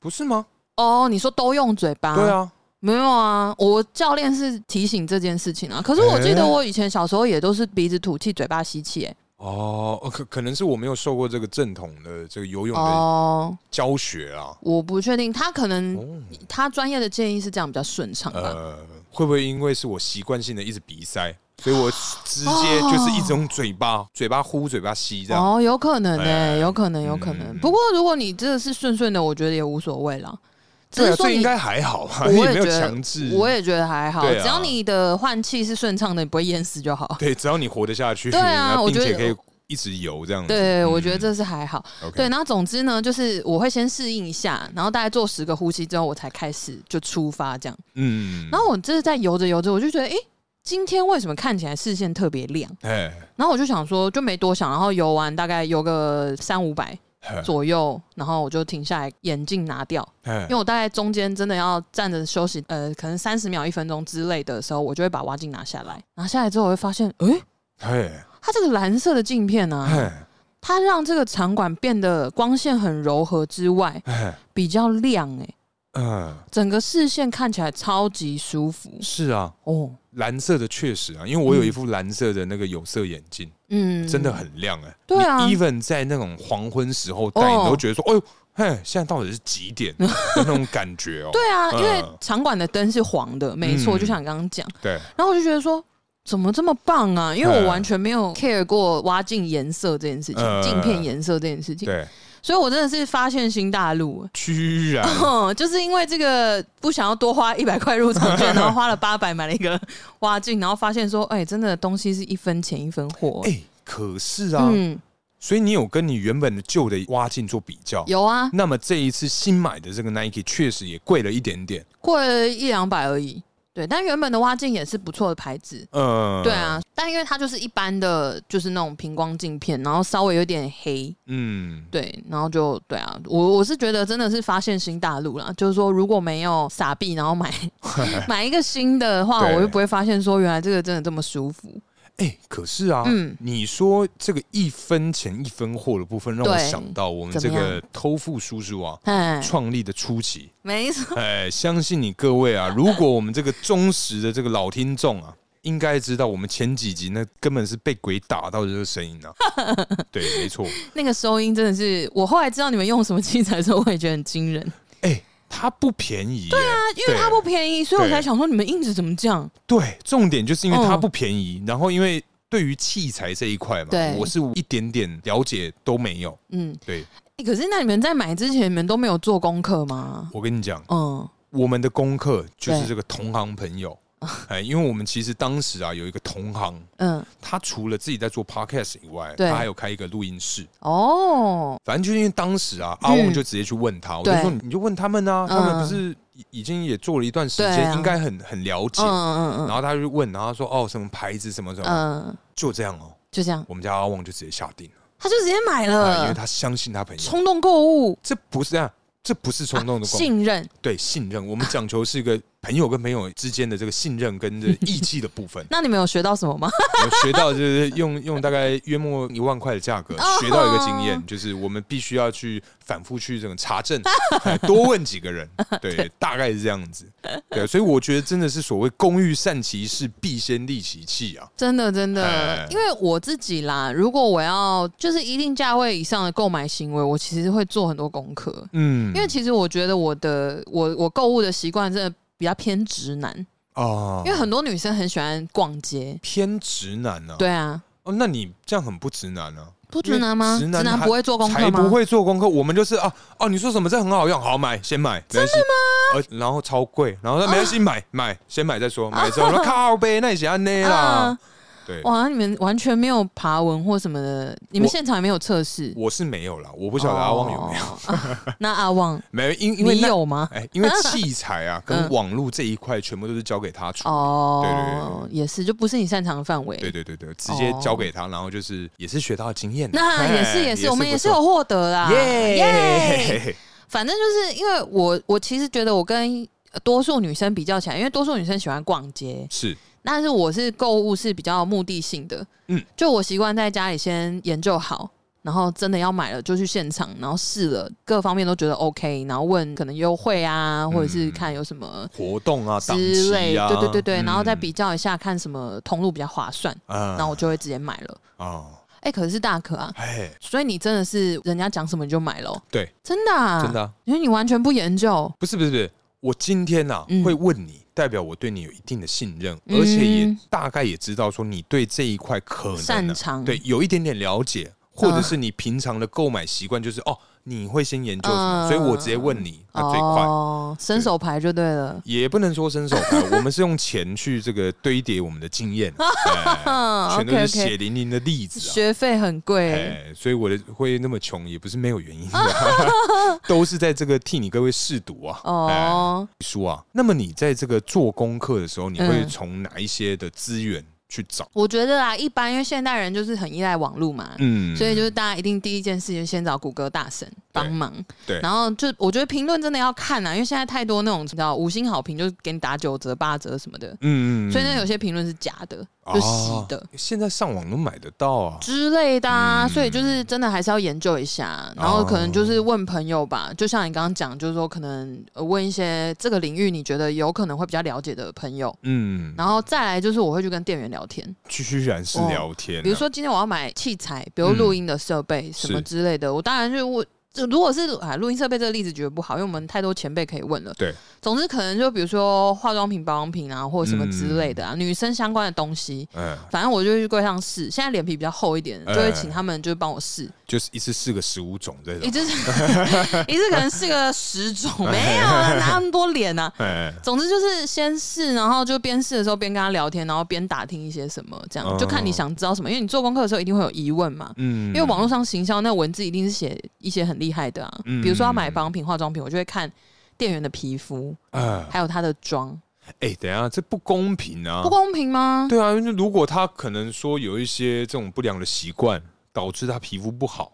[SPEAKER 3] 不是吗？
[SPEAKER 2] 哦，你说都用嘴巴？
[SPEAKER 3] 对，啊，
[SPEAKER 2] 没有啊，我教练是提醒这件事情啊。可是我记得
[SPEAKER 3] 哎
[SPEAKER 2] 我以前小时候也都是鼻子吐气，嘴巴吸气、欸。
[SPEAKER 3] 哦，呃可可能是我没有受过这个正统的这个游泳的
[SPEAKER 2] 哦，
[SPEAKER 3] 教学啊。
[SPEAKER 2] 我不确定，他可能
[SPEAKER 3] 哦，
[SPEAKER 2] 他专业的建议是这样比较顺畅吧。
[SPEAKER 3] 呃，会不会因为是我习惯性的一直鼻塞，所以我直接就是一直用嘴巴，嘴巴呼，嘴巴吸这样？
[SPEAKER 2] 哦，有可能呢、
[SPEAKER 3] 哎
[SPEAKER 2] 有可能，有可能。
[SPEAKER 3] 嗯
[SPEAKER 2] 不过如果你这个是顺顺的，我觉得也无所谓啦。只
[SPEAKER 3] 对啊，
[SPEAKER 2] 是说
[SPEAKER 3] 这应
[SPEAKER 2] 你，
[SPEAKER 3] 该还好啊，
[SPEAKER 2] 我
[SPEAKER 3] 也
[SPEAKER 2] 也
[SPEAKER 3] 没有
[SPEAKER 2] 觉得
[SPEAKER 3] 强制。
[SPEAKER 2] 我也觉得还好，
[SPEAKER 3] 对啊
[SPEAKER 2] 只要你的换气是顺畅的，你不会淹死就好。
[SPEAKER 3] 对，只要你活得下去，
[SPEAKER 2] 对啊
[SPEAKER 3] 然后
[SPEAKER 2] 我
[SPEAKER 3] 并
[SPEAKER 2] 觉
[SPEAKER 3] 且
[SPEAKER 2] 得
[SPEAKER 3] 可以一直游这样子。
[SPEAKER 2] 对，我觉得
[SPEAKER 3] 嗯
[SPEAKER 2] 这是还好。
[SPEAKER 3] OK
[SPEAKER 2] 对，然后总之呢，就是我会先适应一下，然后大概做十个呼吸之后，我才开始就出发这样。
[SPEAKER 3] 嗯，
[SPEAKER 2] 然后我这是在游着游着，我就觉得，诶，今天为什么看起来视线特别亮？
[SPEAKER 3] 哎，
[SPEAKER 2] 然后我就想说，就没多想，然后游完大概游个三五百，
[SPEAKER 3] 嘿
[SPEAKER 2] 左右，然后我就停下来，眼镜拿掉，
[SPEAKER 3] 嘿
[SPEAKER 2] 因为我大概中间真的要站着休息，呃，可能三十秒、一分钟之类的时候，我就会把蛙镜拿下来。拿下来之后，我会发现，诶、
[SPEAKER 3] 嘿
[SPEAKER 2] 它这个蓝色的镜片呢、啊，
[SPEAKER 3] 嘿
[SPEAKER 2] 它让这个场馆变得光线很柔和之外，
[SPEAKER 3] 嘿，
[SPEAKER 2] 比较亮、诶，
[SPEAKER 3] 嗯，
[SPEAKER 2] 整个视线看起来超级舒服
[SPEAKER 3] 是啊，
[SPEAKER 2] 哦，
[SPEAKER 3] 蓝色的确实啊，因为我有一副蓝色的那个有色眼镜，
[SPEAKER 2] 嗯，
[SPEAKER 3] 真的很亮哎、
[SPEAKER 2] 对啊
[SPEAKER 3] 你，even 在那种黄昏时候戴，你
[SPEAKER 2] 哦
[SPEAKER 3] 都觉得说，哎呦，嘿，现在到底是几 点的那种感觉哦。
[SPEAKER 2] 对啊，因为
[SPEAKER 3] 嗯
[SPEAKER 2] 场馆的灯是黄的，没错，
[SPEAKER 3] 嗯
[SPEAKER 2] 就像你刚刚讲，
[SPEAKER 3] 对
[SPEAKER 2] 然后我就觉得说。怎么这么棒啊？因为
[SPEAKER 3] 嗯
[SPEAKER 2] 我完全没有 care 过挖镜颜色这件事
[SPEAKER 3] 嗯
[SPEAKER 2] 情，镜片颜色这件事情，
[SPEAKER 3] 对，
[SPEAKER 2] 所以我真的是发现新大陆。
[SPEAKER 3] 居然
[SPEAKER 2] 嗯 就是因为这个不想要多花一百块入场券，然后花了八百买了一个挖镜，然后发现说，哎、真的东西是一分钱一分货、
[SPEAKER 3] 哎、可是啊，
[SPEAKER 2] 嗯，
[SPEAKER 3] 所以你有跟你原本的旧的挖镜做比较，
[SPEAKER 2] 有啊，
[SPEAKER 3] 那么这一次新买的这个 Nike 确实也贵了一点点，
[SPEAKER 2] 贵了一两百而已。对，但原本的挖镜也是不错的牌子。
[SPEAKER 3] 呃，
[SPEAKER 2] 对，啊，但因为它就是一般的，就是那种平光镜片，然后稍微有点黑，
[SPEAKER 3] 嗯，
[SPEAKER 2] 对，然后就对啊，我我是觉得真的是发现新大陆啦，就是说如果没有傻币，然 后买买一个新的话，
[SPEAKER 3] 对
[SPEAKER 2] 我就不会发现说原来这个真的这么舒服。
[SPEAKER 3] 哎、可是啊，
[SPEAKER 2] 嗯
[SPEAKER 3] 你说这个一分钱一分货的部分，让我
[SPEAKER 2] 对
[SPEAKER 3] 想到我们
[SPEAKER 2] 怎
[SPEAKER 3] 这
[SPEAKER 2] 么
[SPEAKER 3] 个偷富叔叔啊
[SPEAKER 2] 哎，
[SPEAKER 3] 创立的初期。
[SPEAKER 2] 没错，
[SPEAKER 3] 哎，相信你各 位啊，如果我们这个忠实的这个老听众啊，应该知道我们前几集那根本是被鬼打到的这个声音 啊。对，没错。
[SPEAKER 2] 那个收音真的是，我后来知道你们用什么器材的时候，我也觉得很惊人。
[SPEAKER 3] 哎、它不便宜、耶。对啊
[SPEAKER 2] 因为它不便宜，所以我
[SPEAKER 3] 对
[SPEAKER 2] 才想说你们音质怎么这样？
[SPEAKER 3] 对，重点就是因为它
[SPEAKER 2] 嗯
[SPEAKER 3] 不便宜，然后因为对于器材这一块嘛
[SPEAKER 2] 对，
[SPEAKER 3] 我是一点点了解都没有。
[SPEAKER 2] 嗯、
[SPEAKER 3] 对，
[SPEAKER 2] 欸可是那你们在买之前，你们都没有做功课吗？
[SPEAKER 3] 我跟你讲，
[SPEAKER 2] 嗯，
[SPEAKER 3] 我们的功课就是
[SPEAKER 2] 对
[SPEAKER 3] 这个同行朋友，哎，因为我们其实当时啊有一个同行，
[SPEAKER 2] 嗯，
[SPEAKER 3] 他除了自己在做 podcast 以外，
[SPEAKER 2] 对
[SPEAKER 3] 他还有开一个录音室。
[SPEAKER 2] 哦，
[SPEAKER 3] 反正就是因为当时啊，阿旺就直接去问他，我就
[SPEAKER 2] 嗯对
[SPEAKER 3] 说你就问他们啊，
[SPEAKER 2] 嗯
[SPEAKER 3] 他们不是已已经也做了一段时
[SPEAKER 2] 对
[SPEAKER 3] 间，
[SPEAKER 2] 啊
[SPEAKER 3] 应该很很了解
[SPEAKER 2] 嗯。嗯嗯
[SPEAKER 3] 然
[SPEAKER 2] 嗯
[SPEAKER 3] 后他就问，然后他说哦什么牌子什么什么，
[SPEAKER 2] 嗯，
[SPEAKER 3] 就这样哦。
[SPEAKER 2] 就这样，
[SPEAKER 3] 我们家阿旺就直接下定了，
[SPEAKER 2] 他就直接买
[SPEAKER 3] 啊因为
[SPEAKER 2] 了，
[SPEAKER 3] 他相信他朋友，
[SPEAKER 2] 嗯冲动购物，
[SPEAKER 3] 这不是这样，这不是冲动的
[SPEAKER 2] 啊
[SPEAKER 3] 购物
[SPEAKER 2] 信任。
[SPEAKER 3] 对信任，我们讲求是一个朋友跟朋友之间的这个信任跟这
[SPEAKER 2] 。
[SPEAKER 3] 义气的部分
[SPEAKER 2] 那你们有学到什么吗？
[SPEAKER 3] 我学到就是用用大概约莫一万块的价格
[SPEAKER 2] 哦
[SPEAKER 3] 学到一个经验，就是我们必须要去反复去这种查 证，哎多问几个人，对，大概是这样子。对，所以我觉得真的是所谓“工欲善其事，必先利其器”啊。
[SPEAKER 2] 真的真的
[SPEAKER 3] 哎，
[SPEAKER 2] 因为我自己啦，如果我要就是一定价位以上的购买行为，我其实会做很多功课。
[SPEAKER 3] 嗯，
[SPEAKER 2] 因为其实我觉得我的我我购物的习惯真的比较偏直男，
[SPEAKER 3] 哦，
[SPEAKER 2] 因为很多女生很喜欢逛街。
[SPEAKER 3] 偏直男呢、啊。
[SPEAKER 2] 对啊，
[SPEAKER 3] 哦，那你这样很不直男啊。
[SPEAKER 2] 不直男吗？
[SPEAKER 3] 因为直
[SPEAKER 2] 直
[SPEAKER 3] 男
[SPEAKER 2] 男不会做功课
[SPEAKER 3] 才
[SPEAKER 2] 吗？
[SPEAKER 3] 不会做功课，我们就是啊哦，你说什么这很好用，好买先买，真的吗？呃，然后超贵，然后
[SPEAKER 2] 啊
[SPEAKER 3] 说没关系，买买先买再说，买了 之后说靠呗，那也行那啦
[SPEAKER 2] 啊，！
[SPEAKER 3] 对，
[SPEAKER 2] 哇，你们完全没有爬文或什么的，你们
[SPEAKER 3] 我
[SPEAKER 2] 现场也没有测试。
[SPEAKER 3] 我是没有啦，我不晓得阿旺有没有，
[SPEAKER 2] 有？啊那阿旺，
[SPEAKER 3] 没有因因为
[SPEAKER 2] 你
[SPEAKER 3] 那
[SPEAKER 2] 有吗？
[SPEAKER 3] 哎，因为 器材啊跟
[SPEAKER 2] 嗯
[SPEAKER 3] 网络这一块全部都是交给他处理。
[SPEAKER 2] 哦，也是，就不是你擅长的范围。
[SPEAKER 3] 对对对对，直接交给他，然后就是也是学到经验的。
[SPEAKER 2] 哦那
[SPEAKER 3] 哎
[SPEAKER 2] 也是也是，我们也
[SPEAKER 3] 不
[SPEAKER 2] 是
[SPEAKER 3] 错
[SPEAKER 2] 有获得啦，耶！
[SPEAKER 3] 耶，
[SPEAKER 2] 反正就是因为我我其实觉得我跟多数女生比较起来，因为多数女生喜欢逛街，
[SPEAKER 3] 是
[SPEAKER 2] 但是我是购物是比较目的性的，
[SPEAKER 3] 嗯
[SPEAKER 2] 嗯，就我习惯在家里先研究好。然后真的要买了就去现场，然后试了各方面都觉得 OK，然后问可能优惠啊，或者是看有什么
[SPEAKER 3] 活动啊，嗯档
[SPEAKER 2] 之类，
[SPEAKER 3] 期啊，
[SPEAKER 2] 对对对对，
[SPEAKER 3] 嗯
[SPEAKER 2] 然后再比较一下看什么通路比较划算，
[SPEAKER 3] 啊，
[SPEAKER 2] 然后我就会直接买了。
[SPEAKER 3] 哦，
[SPEAKER 2] 哎，可是大可啊，
[SPEAKER 3] 哎，
[SPEAKER 2] 所以你真的是人家讲什么你就买了哦，
[SPEAKER 3] 对，
[SPEAKER 2] 真的、啊，
[SPEAKER 3] 真的啊、哦
[SPEAKER 2] 因为你完全不研究，
[SPEAKER 3] 不是不是不是，我今天呐、
[SPEAKER 2] 嗯
[SPEAKER 3] 会问你，代表我对你有一定的信任，
[SPEAKER 2] 嗯
[SPEAKER 3] 而且也大概也知道说你对这一块可能啊、
[SPEAKER 2] 擅长
[SPEAKER 3] 对有一点点了解，或者是你平常的购买习惯就是、
[SPEAKER 2] 啊
[SPEAKER 3] 哦，你会先研究什么，
[SPEAKER 2] 嗯
[SPEAKER 3] 所以我直接问你，那啊最快。
[SPEAKER 2] 哦，伸手牌就对了。
[SPEAKER 3] 也不能说伸 手牌，我们是用钱去这个堆叠我们的经验， 哎
[SPEAKER 2] 嗯
[SPEAKER 3] 全都是
[SPEAKER 2] OK
[SPEAKER 3] 血
[SPEAKER 2] OK，
[SPEAKER 3] 淋淋的例子啊！
[SPEAKER 2] 学费很贵，
[SPEAKER 3] 哎，所以我的会那么穷也不是没有原因的， 都是在这个替你各位试读啊！哎
[SPEAKER 2] 哦，
[SPEAKER 3] 书啊。那么你在这个做功课的时候，你会
[SPEAKER 2] 嗯
[SPEAKER 3] 从哪一些的资源去找。
[SPEAKER 2] 我觉得啊，一般因为现代人就是很依赖网络嘛，
[SPEAKER 3] 嗯，
[SPEAKER 2] 所以就是大家一定第一件事情先找谷歌大神帮忙，
[SPEAKER 3] 对
[SPEAKER 2] 然后就我觉得评论真的要看啊，因为现在太多那种你知道五星好评就是给你打九折八折什么的，
[SPEAKER 3] 嗯嗯，
[SPEAKER 2] 所以呢有些评论是假的，就是洗的。
[SPEAKER 3] 哦现在上网都买得到啊，
[SPEAKER 2] 之类的啊，
[SPEAKER 3] 嗯哦
[SPEAKER 2] 所以就是真的还是要研究一下，然后可能就是问朋友吧，就像你刚刚讲，就是说可能呃问一些这个领域你觉得有可能会比较了解的朋友，
[SPEAKER 3] 嗯，
[SPEAKER 2] 然后再来就是我会去跟店员聊天，
[SPEAKER 3] 居然是聊天啊、
[SPEAKER 2] 哦比如说今天我要买器材，比如
[SPEAKER 3] 嗯
[SPEAKER 2] 录音的设备什么
[SPEAKER 3] 是
[SPEAKER 2] 之类的，我当然就我。就如果是啊，录音设备这个例子觉得不好，因为我们太多前辈可以问了。
[SPEAKER 3] 对，
[SPEAKER 2] 总之可能就比如说化妆品、保养品啊，或者什么之类的啊，女生相关的东西，
[SPEAKER 3] 嗯，
[SPEAKER 2] 反正我就会去柜上试。现在脸皮比较厚一点，就
[SPEAKER 3] 哎
[SPEAKER 2] 会请他们就帮我试，
[SPEAKER 3] 就是一次四个十五种这
[SPEAKER 2] 一
[SPEAKER 3] 种，
[SPEAKER 2] 次 一次可能试个十种，没有啊，哪那么多脸啊？
[SPEAKER 3] 哎，
[SPEAKER 2] 总之就是先试，然后就边试的时候边跟他聊天，然后边打听一些什么，这样就看你想知道什么。因为你做功课的时候一定会有疑问嘛，
[SPEAKER 3] 嗯，
[SPEAKER 2] 因为网络上行销那文字一定是写一些很厉害的啊，
[SPEAKER 3] 嗯
[SPEAKER 2] 比如说要买保养品、化妆品，我就会看店员的皮肤，
[SPEAKER 3] 啊，
[SPEAKER 2] 还有他的妆，
[SPEAKER 3] 哎、等一下，这不公平啊！
[SPEAKER 2] 不公平吗？
[SPEAKER 3] 对啊，因为如果他可能说有一些这种不良的习惯，导致他皮肤不好，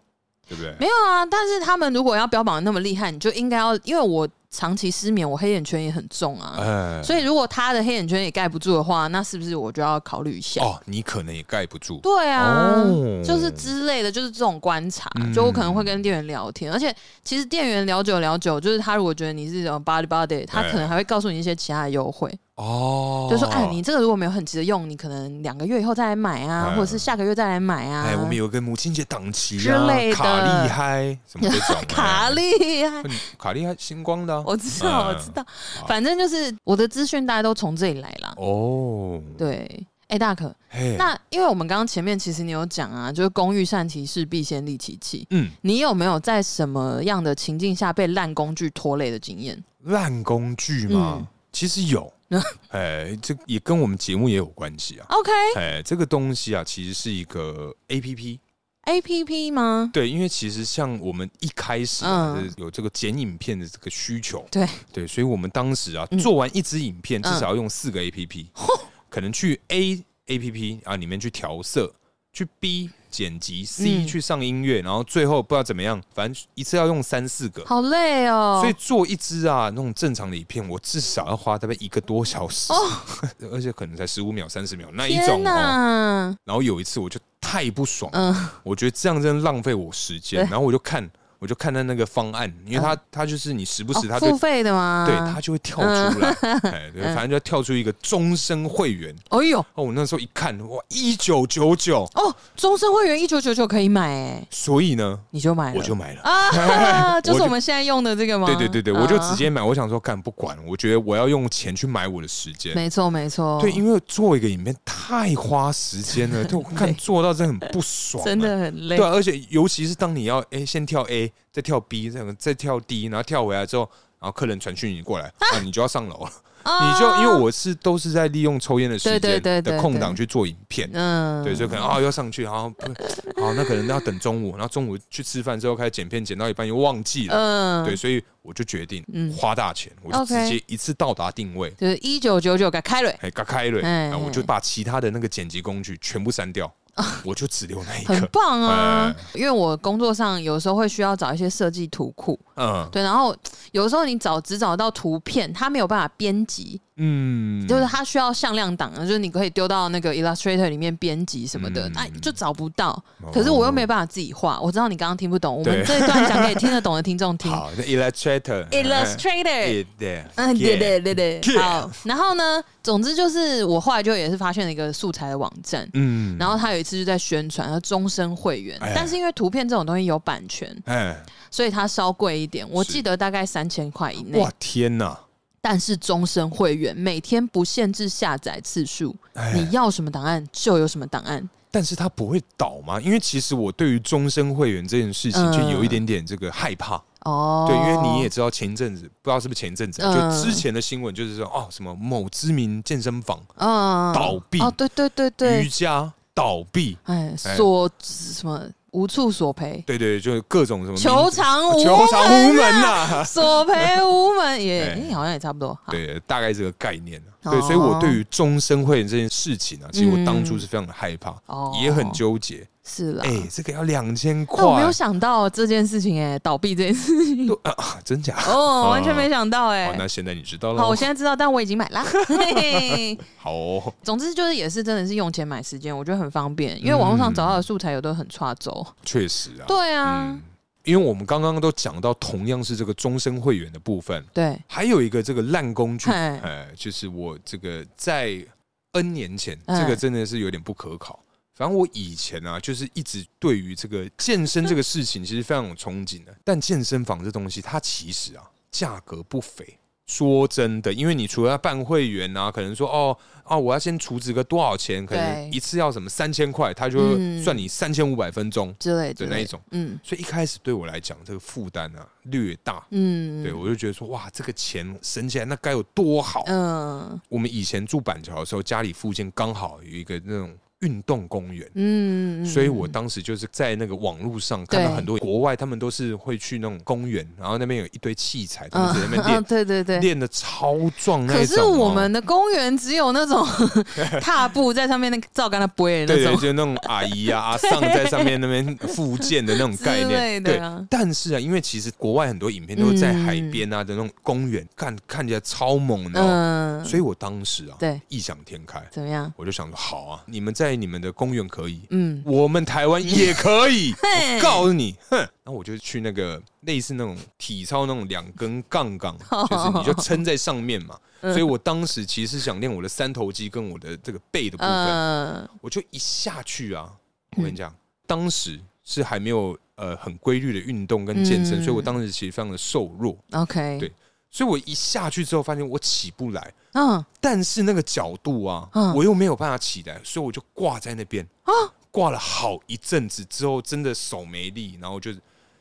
[SPEAKER 3] 对不对？
[SPEAKER 2] 没有啊，但是他们如果要标榜得那么厉害，你就应该要，因为我长期失眠，我黑眼圈也很重啊，
[SPEAKER 3] 哎，
[SPEAKER 2] 所以如果他的黑眼圈也盖不住的话，那是不是我就要考虑一下？
[SPEAKER 3] 哦，你可能也盖不住。
[SPEAKER 2] 对啊，
[SPEAKER 3] 哦
[SPEAKER 2] 就是之类的，就是这种观察，
[SPEAKER 3] 嗯
[SPEAKER 2] 就我可能会跟店员聊天，而且其实店员聊久聊久，就是他如果觉得你是呃 body body，他可能还会告诉你一些其他的优惠，
[SPEAKER 3] 哦，
[SPEAKER 2] 就说哎，你这个如果没有很急着用，你可能两个月以后再来买啊，
[SPEAKER 3] 哎
[SPEAKER 2] 或者是下个月再来买啊。
[SPEAKER 3] 哎，我们有个母亲节档期、啊、
[SPEAKER 2] 之类的
[SPEAKER 3] 卡利嗨什么这 种哎
[SPEAKER 2] 卡
[SPEAKER 3] 利
[SPEAKER 2] 厉害，
[SPEAKER 3] 卡利嗨星光的啊、
[SPEAKER 2] 我知道，
[SPEAKER 3] 哎
[SPEAKER 2] 我知道，反正就是我的资讯大家都从这里来啦。
[SPEAKER 3] 哦，嗯
[SPEAKER 2] 对，哎，大可，
[SPEAKER 3] 嘿，
[SPEAKER 2] 那因为我们刚刚前面其实你有讲啊，就是工欲善其事，必先利其器。
[SPEAKER 3] 嗯，
[SPEAKER 2] 你有没有在什么样的情境下被烂工具拖累的经验？
[SPEAKER 3] 烂工具吗？
[SPEAKER 2] 嗯
[SPEAKER 3] 其实 有，哎，这也跟我们节目也有关系啊。
[SPEAKER 2] OK
[SPEAKER 3] 哎，这个东西啊，其实是一个 A P P，
[SPEAKER 2] A P P 吗？
[SPEAKER 3] 对，因为其实像我们一开始、啊
[SPEAKER 2] 嗯
[SPEAKER 3] 就是有这个剪影片的这个需求，
[SPEAKER 2] 对
[SPEAKER 3] 对，所以我们当时啊，
[SPEAKER 2] 嗯
[SPEAKER 3] 做完一支影片至
[SPEAKER 2] 嗯
[SPEAKER 3] 少要用四个 A P P，、可能去 A A P P 啊里面去调色，去 B 剪辑，C、
[SPEAKER 2] 嗯
[SPEAKER 3] 去上音乐，然后最后不知道怎么样，反正一次要用三四个。
[SPEAKER 2] 好累哦。
[SPEAKER 3] 所以做一支啊，那种正常的影片，我至少要花大概一个多小时， 而且可能才十五秒、三十秒那一
[SPEAKER 2] 哦天
[SPEAKER 3] 种哦。
[SPEAKER 2] 哪，
[SPEAKER 3] 然后有一次我就太不爽了
[SPEAKER 2] 嗯
[SPEAKER 3] 我觉得这样真的浪费我时间。
[SPEAKER 2] 对嗯
[SPEAKER 3] 然后我就看，我就看他那个方案，因为他、他就是你时不时他
[SPEAKER 2] 哦
[SPEAKER 3] 就、
[SPEAKER 2] 付费的吗？
[SPEAKER 3] 对他就会跳出 来，哎，对，反正就要跳出一个终身会员。
[SPEAKER 2] 哎呦
[SPEAKER 3] 哦，我那时候一看，哇，一九九九，
[SPEAKER 2] 哦，终身会员一九九九可以买哎，
[SPEAKER 3] 所以呢，
[SPEAKER 2] 你就买了，
[SPEAKER 3] 我就买了。
[SPEAKER 2] 啊，就
[SPEAKER 3] 我
[SPEAKER 2] 是
[SPEAKER 3] 就
[SPEAKER 2] 我们现在用的这个吗？
[SPEAKER 3] 对对对对，我就直
[SPEAKER 2] 啊
[SPEAKER 3] 接买。我想说，干不管，我觉得我要用钱去买我的时间。
[SPEAKER 2] 没错没错，
[SPEAKER 3] 对，因为做一个影片太花时间 了，对我看做到真的很不爽、
[SPEAKER 2] 真的很累
[SPEAKER 3] 对、。啊，而且尤其是当你要哎、先跳 A，再跳 B，再再跳 D，然后跳回来之后，然后客人传讯你 过来，啊，你就要上楼了。
[SPEAKER 2] 啊
[SPEAKER 3] 你就因为我是都是在利用抽烟的时
[SPEAKER 2] 对对
[SPEAKER 3] 间
[SPEAKER 2] 对对
[SPEAKER 3] 的空档去做影片。
[SPEAKER 2] 嗯
[SPEAKER 3] 对，所以可能啊、要上去，然后不好，那可能要等中午，然后中午去吃饭之后开始剪片，剪到一半又忘记了，
[SPEAKER 2] 嗯
[SPEAKER 3] 对，，所以我就决定
[SPEAKER 2] 嗯
[SPEAKER 3] 花大钱，我就
[SPEAKER 2] OK
[SPEAKER 3] 直接一次到达定位，
[SPEAKER 2] 就是一九九九给开了，
[SPEAKER 3] 哎，嘎开了，
[SPEAKER 2] 哎哦
[SPEAKER 3] 然后我就把其他的那个剪辑工具全部删掉，我就只留那一
[SPEAKER 2] 很
[SPEAKER 3] 个，
[SPEAKER 2] 棒啊
[SPEAKER 3] 哎！
[SPEAKER 2] 因为我工作上有时候会需要找一些设计图库，
[SPEAKER 3] 嗯
[SPEAKER 2] 对，然后有时候你找只找到图片，它没有办法编辑，
[SPEAKER 3] 嗯，
[SPEAKER 2] 就是它需要向量档，啊就是你可以丢到那个 Illustrator 里面编辑什么的，
[SPEAKER 3] 嗯
[SPEAKER 2] 那、就找不到。
[SPEAKER 3] 哦
[SPEAKER 2] 可是我又没办法自己画，我知道你刚刚听不懂，我
[SPEAKER 3] 对
[SPEAKER 2] 们这一段讲给听得懂的听众听。
[SPEAKER 3] 好，那 Illustrator。哎
[SPEAKER 2] Illustrator，
[SPEAKER 3] 对，
[SPEAKER 2] 嗯，对对对对，
[SPEAKER 3] Yeah
[SPEAKER 2] 好。然后呢，总之就是我后来就也是发现了一个素材的网站，
[SPEAKER 3] 嗯，
[SPEAKER 2] 然后他有一次就在宣传，他终身会员，
[SPEAKER 3] 哎
[SPEAKER 2] 但是因为图片这种东西有版权，
[SPEAKER 3] 哎，
[SPEAKER 2] 所以它稍贵一点，我
[SPEAKER 3] 是
[SPEAKER 2] 记得大概三千块以内
[SPEAKER 3] 哇。天哪，
[SPEAKER 2] 但是终身会员，每天不限制下载次数，
[SPEAKER 3] 哎
[SPEAKER 2] 你，要什么档案就有什么档案。
[SPEAKER 3] 但是他不会倒吗？因为其实我对于终身会员这件事情
[SPEAKER 2] 嗯
[SPEAKER 3] 就有一点点这个害怕，
[SPEAKER 2] 哦，
[SPEAKER 3] 对，因为你也知道前一阵子，不知道是不是前一阵子啊，
[SPEAKER 2] 嗯
[SPEAKER 3] 就之前的新闻就是说，哦，什么某知名健身房
[SPEAKER 2] 嗯
[SPEAKER 3] 倒闭
[SPEAKER 2] 哦，对对对
[SPEAKER 3] 瑜
[SPEAKER 2] 对，
[SPEAKER 3] 伽倒闭，
[SPEAKER 2] 哎，所什么无处索赔，
[SPEAKER 3] 对对，就是各种什么哦
[SPEAKER 2] 球场无
[SPEAKER 3] 球场无门
[SPEAKER 2] 门啊，
[SPEAKER 3] 呐，
[SPEAKER 2] 索赔无门也，
[SPEAKER 3] 哎
[SPEAKER 2] 哎好像也差不多。好
[SPEAKER 3] 对，大概这个概念啊
[SPEAKER 2] 哦
[SPEAKER 3] 对，所以我对
[SPEAKER 2] 于
[SPEAKER 3] 于终身会员这件事情啊，其实我当初是非常的害怕，
[SPEAKER 2] 哦
[SPEAKER 3] 也很纠结。
[SPEAKER 2] 是啦。
[SPEAKER 3] 哎、这个要两千块
[SPEAKER 2] 但我没有想到这件事情、哎，倒闭这 件事情，
[SPEAKER 3] 都啊，真假？
[SPEAKER 2] 哦，完全没想到、
[SPEAKER 3] 好，
[SPEAKER 2] 哎
[SPEAKER 3] 那。现在你知道了。
[SPEAKER 2] 好，我现在知道，但我已经买 啦。嘿嘿
[SPEAKER 3] 好哦，
[SPEAKER 2] 总之就是也是真的是用钱买时间，我觉得很方便，因为网络上找到的素材有的很差走。
[SPEAKER 3] 确实啊，
[SPEAKER 2] 对啊，
[SPEAKER 3] 嗯，因为我们刚刚都讲到同样是这个终身会员的部分，
[SPEAKER 2] 对，
[SPEAKER 3] 还有一个这个烂工具，
[SPEAKER 2] 嘿
[SPEAKER 3] 呃，就是我这个在 N 年前，
[SPEAKER 2] 哎
[SPEAKER 3] 这个真的是有点不可考。反正我以前啊，就是一直对于这个健
[SPEAKER 2] 嗯
[SPEAKER 3] 身这个事情，其实非常有憧憬的。但健身房这东西，它其实啊，价格不菲。说真的，因为你除了要办会员啊，可能说哦哦，我要先储值个多少钱，可能
[SPEAKER 2] 对
[SPEAKER 3] 一次要什么三千块，他就
[SPEAKER 2] 嗯
[SPEAKER 3] 算你三千五百分钟
[SPEAKER 2] 之类之
[SPEAKER 3] 的
[SPEAKER 2] 类
[SPEAKER 3] 那一种。
[SPEAKER 2] 嗯
[SPEAKER 3] 所以一开始对我来讲，这个负担啊略大。
[SPEAKER 2] 嗯，
[SPEAKER 3] 对，我就觉得说，哇，这个钱省起来那该有多好！
[SPEAKER 2] 嗯
[SPEAKER 3] 我们以前住板桥的时候，家里附近刚好有一个那种运动公园，
[SPEAKER 2] 嗯，
[SPEAKER 3] 所以我当时就是在那个网络上看到
[SPEAKER 2] 对
[SPEAKER 3] 很多国外，他们都是会去那种公园，然后那边有一堆器材，他
[SPEAKER 2] 嗯
[SPEAKER 3] 们在那边
[SPEAKER 2] 嗯
[SPEAKER 3] 练，
[SPEAKER 2] 对对对。
[SPEAKER 3] 练的超壮那
[SPEAKER 2] 可
[SPEAKER 3] 一
[SPEAKER 2] 是
[SPEAKER 3] 种哦。
[SPEAKER 2] 我们的公园只有那种 踏步在上面那个照干的不会的
[SPEAKER 3] 对对，
[SPEAKER 2] 那种，
[SPEAKER 3] 就是那种阿姨啊、阿丧在上面那边复健的那种概
[SPEAKER 2] 之类
[SPEAKER 3] 念，
[SPEAKER 2] 的
[SPEAKER 3] 对
[SPEAKER 2] 啊。嗯
[SPEAKER 3] 但是啊，因为其实国外很多影片都是在海边啊的那种公园，看看起来超猛的哦，
[SPEAKER 2] 嗯，
[SPEAKER 3] 所以我当时啊，
[SPEAKER 2] 对，
[SPEAKER 3] 异想天开，
[SPEAKER 2] 怎么样？
[SPEAKER 3] 我就想说，好啊，你们在你们的公园可以，
[SPEAKER 2] 嗯，
[SPEAKER 3] 我们台湾也可以，
[SPEAKER 2] 嘿
[SPEAKER 3] 我告诉你，哼！然后我就去那个类似那种体操那种两根杠杠，
[SPEAKER 2] 哦
[SPEAKER 3] 就是你就撑在上面嘛。
[SPEAKER 2] 嗯
[SPEAKER 3] 所以我当时其实想练我的三头肌跟我的这个背的部分，
[SPEAKER 2] 嗯，
[SPEAKER 3] 我就一下去啊，我跟你讲，当时是还没有呃很规律的运动跟健身，
[SPEAKER 2] 嗯
[SPEAKER 3] 所以我当时其实非常的瘦弱，
[SPEAKER 2] OK，
[SPEAKER 3] 对所以我一下去之后发现我起不来，
[SPEAKER 2] 嗯，
[SPEAKER 3] 但是那个角度啊，
[SPEAKER 2] 嗯
[SPEAKER 3] 我又没有办法起来，所以我就挂在那边
[SPEAKER 2] 啊
[SPEAKER 3] 挂了好一阵子之后，真的手没力，然后就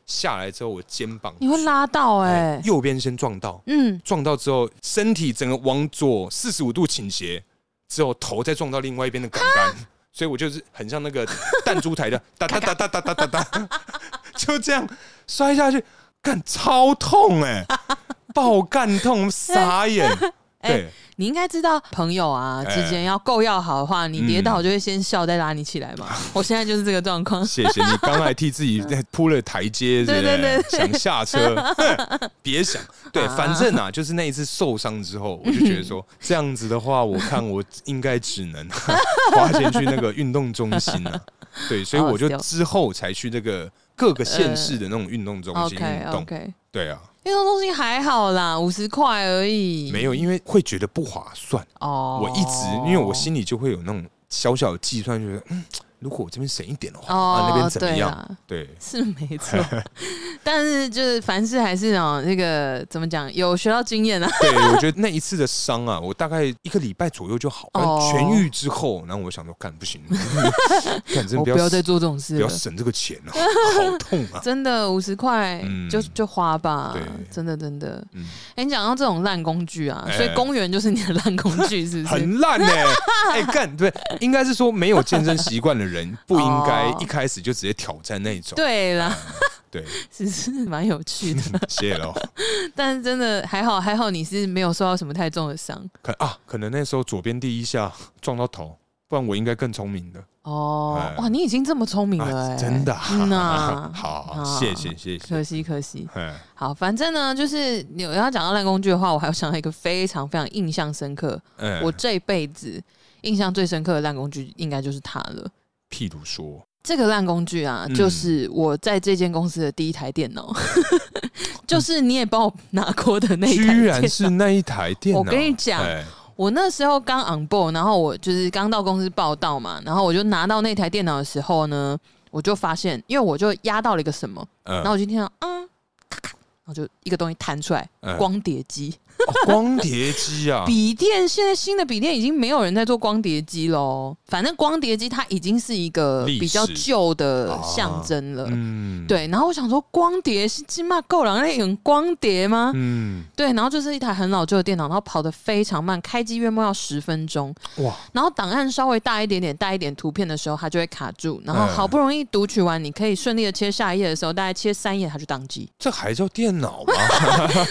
[SPEAKER 3] 下来之后，我肩膀
[SPEAKER 2] 你会拉到哎、
[SPEAKER 3] 右边先撞到，
[SPEAKER 2] 嗯，
[SPEAKER 3] 撞到之后身体整个往左四十五度倾斜，之后头再撞到另外一边的杆杆，所以我就是很像那个弹珠 台的哒哒哒哒哒哒哒哒， 就这样摔下去，干超痛哎、爆干 痛，傻眼，
[SPEAKER 2] 哎
[SPEAKER 3] 对。
[SPEAKER 2] 你应该知道朋友啊
[SPEAKER 3] 哎
[SPEAKER 2] 之间要够要好的话，你跌倒就会先笑再拉你起来嘛。
[SPEAKER 3] 哎
[SPEAKER 2] 我现在就是这个状 况，
[SPEAKER 3] 谢谢你刚才替自己铺了台阶，
[SPEAKER 2] 对对对
[SPEAKER 3] 不想下车， 哼别想。对，
[SPEAKER 2] 啊
[SPEAKER 3] 反正啊，就是那一次受伤之后，我就觉得说，这样子的话，我看我应该只能 花钱去那个运动中心了、对，所以我就
[SPEAKER 2] 好好笑
[SPEAKER 3] 之后才去这个各个县市的那种运动中心
[SPEAKER 2] OK
[SPEAKER 3] 运动。
[SPEAKER 2] OK，
[SPEAKER 3] 对啊，
[SPEAKER 2] 运动中心还好啦，五十块而已。
[SPEAKER 3] 没有，因为会觉得不划算。
[SPEAKER 2] 哦，
[SPEAKER 3] 我一直因为我心里就会有那种小小的计算，就是嗯，如果我这边省一点的话，啊
[SPEAKER 2] 哦，
[SPEAKER 3] 那边怎么
[SPEAKER 2] 对啊
[SPEAKER 3] 样？
[SPEAKER 2] 啦
[SPEAKER 3] 对，
[SPEAKER 2] 是 没错，但是就是凡事还是哦，那个怎么讲，有学到经验啊。
[SPEAKER 3] 对，我觉得那一次的伤啊，我大概一个礼拜左右就好，反正
[SPEAKER 2] 哦
[SPEAKER 3] 痊愈之后，然后我想说，干不行， 干真的
[SPEAKER 2] 我不
[SPEAKER 3] 不
[SPEAKER 2] 要
[SPEAKER 3] 要
[SPEAKER 2] 再
[SPEAKER 3] 省
[SPEAKER 2] 做这种事
[SPEAKER 3] 不要
[SPEAKER 2] 了，
[SPEAKER 3] 省这个钱 啊，好痛啊！
[SPEAKER 2] 真的五十块
[SPEAKER 3] 嗯
[SPEAKER 2] 就就花吧
[SPEAKER 3] 对，
[SPEAKER 2] 真的真的。
[SPEAKER 3] 嗯，
[SPEAKER 2] 哎、你讲到这种烂工具啊，
[SPEAKER 3] 哎
[SPEAKER 2] 所以公园就是你的烂工具，是不 是？
[SPEAKER 3] 很烂呢、哎、干对，应该是说没有健身习惯的 人，不应该
[SPEAKER 2] 哦
[SPEAKER 3] 一开始就直接挑战那种。
[SPEAKER 2] 对
[SPEAKER 3] 啊
[SPEAKER 2] 啦，
[SPEAKER 3] 对，
[SPEAKER 2] 只 是蛮有趣 的，
[SPEAKER 3] 谢了哦。
[SPEAKER 2] 但是真的还好，还好你是没有受到什么太重的伤
[SPEAKER 3] 可啊，可能那时候左边第一下撞到头，不然我应该更聪明的
[SPEAKER 2] 哦
[SPEAKER 3] 哎。
[SPEAKER 2] 哇，你已经这么聪明了、哎、
[SPEAKER 3] 啊，真的、啊。
[SPEAKER 2] 嗯呐
[SPEAKER 3] 好，
[SPEAKER 2] 啊
[SPEAKER 3] 谢谢谢谢。
[SPEAKER 2] 可惜可惜。
[SPEAKER 3] 嗯
[SPEAKER 2] 好，反正呢，就是你要讲到烂工具的话，我还有想到一个非常非常印象深刻，
[SPEAKER 3] 嗯，
[SPEAKER 2] 我这辈子印象最深刻的烂工具应该就是它了。
[SPEAKER 3] 譬如说，
[SPEAKER 2] 这个烂工具啊，
[SPEAKER 3] 嗯
[SPEAKER 2] 就是我在这间公司的第一台电脑， 就是你也帮我拿过的那一台电脑。
[SPEAKER 3] 居然是那一台电脑。
[SPEAKER 2] 我跟你讲
[SPEAKER 3] 哎
[SPEAKER 2] 我那时候刚 on board，然后我就是刚到公司报道嘛，然后我就拿到那台电脑的时候呢，我就发现，因为我就压到了一个什么，
[SPEAKER 3] 嗯
[SPEAKER 2] 然后我就听到啊，咔咔，然后就一个东西弹出来，
[SPEAKER 3] 嗯
[SPEAKER 2] 光碟机。，
[SPEAKER 3] 哦光碟机啊
[SPEAKER 2] 笔电现在新的笔电已经没有人在做光碟机喽，反正光碟机它已经是一个
[SPEAKER 3] 历史
[SPEAKER 2] 比较旧的
[SPEAKER 3] 啊
[SPEAKER 2] 象征了。
[SPEAKER 3] 嗯，，
[SPEAKER 2] 对，然后我想说，光碟是金马够了，那有光碟吗？
[SPEAKER 3] 嗯，
[SPEAKER 2] 对，然后就是一台很老旧的电脑，然后跑得非常慢，开机约莫要十分钟，
[SPEAKER 3] 哇，
[SPEAKER 2] 然后档案稍微大一点点、带一点图片的时候，它就会卡住，然后
[SPEAKER 3] 嗯
[SPEAKER 2] 好不容易读取完，你可以顺利的切下一页的时候，大概切三页它就宕机。
[SPEAKER 3] 这还叫电人脑 吧？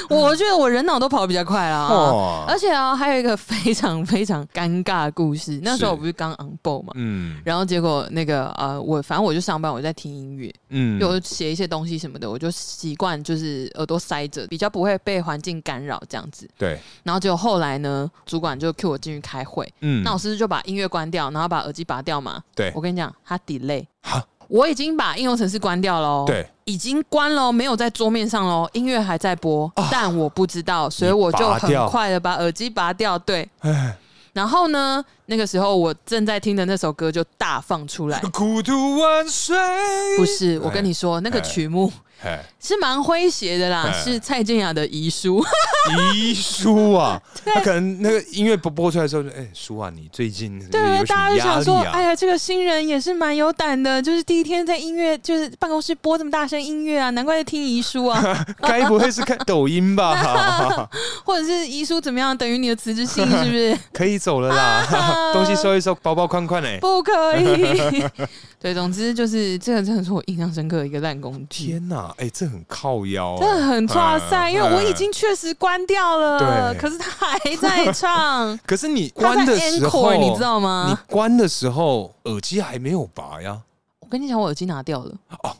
[SPEAKER 2] 我觉得我人脑都跑得比较快
[SPEAKER 3] 哦
[SPEAKER 2] 啦。
[SPEAKER 3] 哇
[SPEAKER 2] 而且啊，还有一个非常非常尴尬的故事。那时候
[SPEAKER 3] 是
[SPEAKER 2] 我不是刚 on board 嘛，
[SPEAKER 3] 嗯
[SPEAKER 2] 然后结果那个呃，我反正我就上班，我在听音乐，
[SPEAKER 3] 嗯，
[SPEAKER 2] 就写一些东西什么的，我就习惯就是耳朵塞着，比较不会被环境干扰这样子。
[SPEAKER 3] 对，
[SPEAKER 2] 然后结果后来呢，主管就 cue 我进去开会，
[SPEAKER 3] 嗯，
[SPEAKER 2] 那我是不是就把音乐关掉，然后把耳机拔掉嘛？
[SPEAKER 3] 对
[SPEAKER 2] 我跟你讲，它 delay
[SPEAKER 3] 哈。
[SPEAKER 2] 我已经把应用程式关掉喽，
[SPEAKER 3] 对，
[SPEAKER 2] 已经关喽，没有在桌面上喽，音乐还在播，
[SPEAKER 3] 啊
[SPEAKER 2] 但我不知道，所以我就
[SPEAKER 3] 拔掉
[SPEAKER 2] 很快的把耳机拔掉。对，
[SPEAKER 3] 哎，
[SPEAKER 2] 然后呢，那个时候我正在听的那首歌就大放出来
[SPEAKER 3] 孤独万岁。
[SPEAKER 2] 哎不是，我跟你说，那个
[SPEAKER 3] 哎
[SPEAKER 2] 曲目
[SPEAKER 3] 哎，
[SPEAKER 2] 是蛮诙谐的啦，
[SPEAKER 3] 哎嗯
[SPEAKER 2] 是蔡健雅的遗书。
[SPEAKER 3] 遗书啊，那可能那个音乐播播出来的时候就，哎，叔啊，你最近是不是
[SPEAKER 2] 对，
[SPEAKER 3] 有什么
[SPEAKER 2] 大家就
[SPEAKER 3] 压
[SPEAKER 2] 想
[SPEAKER 3] 力
[SPEAKER 2] 说，哎
[SPEAKER 3] 啊？
[SPEAKER 2] 呀，这个新人也是蛮有胆的，就是第一天在音乐，就是办公室播这么大声音乐啊，难怪在听遗 书啊，
[SPEAKER 3] 该不会是看抖音吧？
[SPEAKER 2] 或者是遗书怎么样等于你的辞职信，是不是？
[SPEAKER 3] 可以走了 啦，东西收一收，包包宽宽哎。
[SPEAKER 2] 不可以。 对，总之就是这个真的是我印象深刻的一个烂工具。
[SPEAKER 3] 天哪，哎，这很靠腰，
[SPEAKER 2] 真的很抓塞，
[SPEAKER 3] 嗯
[SPEAKER 2] 因为我已经确实关掉了，
[SPEAKER 3] 对，
[SPEAKER 2] 可是他还在唱
[SPEAKER 3] 可是你
[SPEAKER 2] 他在
[SPEAKER 3] 关的时候，
[SPEAKER 2] encore，你知道吗
[SPEAKER 3] 你关的时候耳机还没有拔呀。
[SPEAKER 2] 我跟你讲，我耳机拿掉了。
[SPEAKER 3] 哦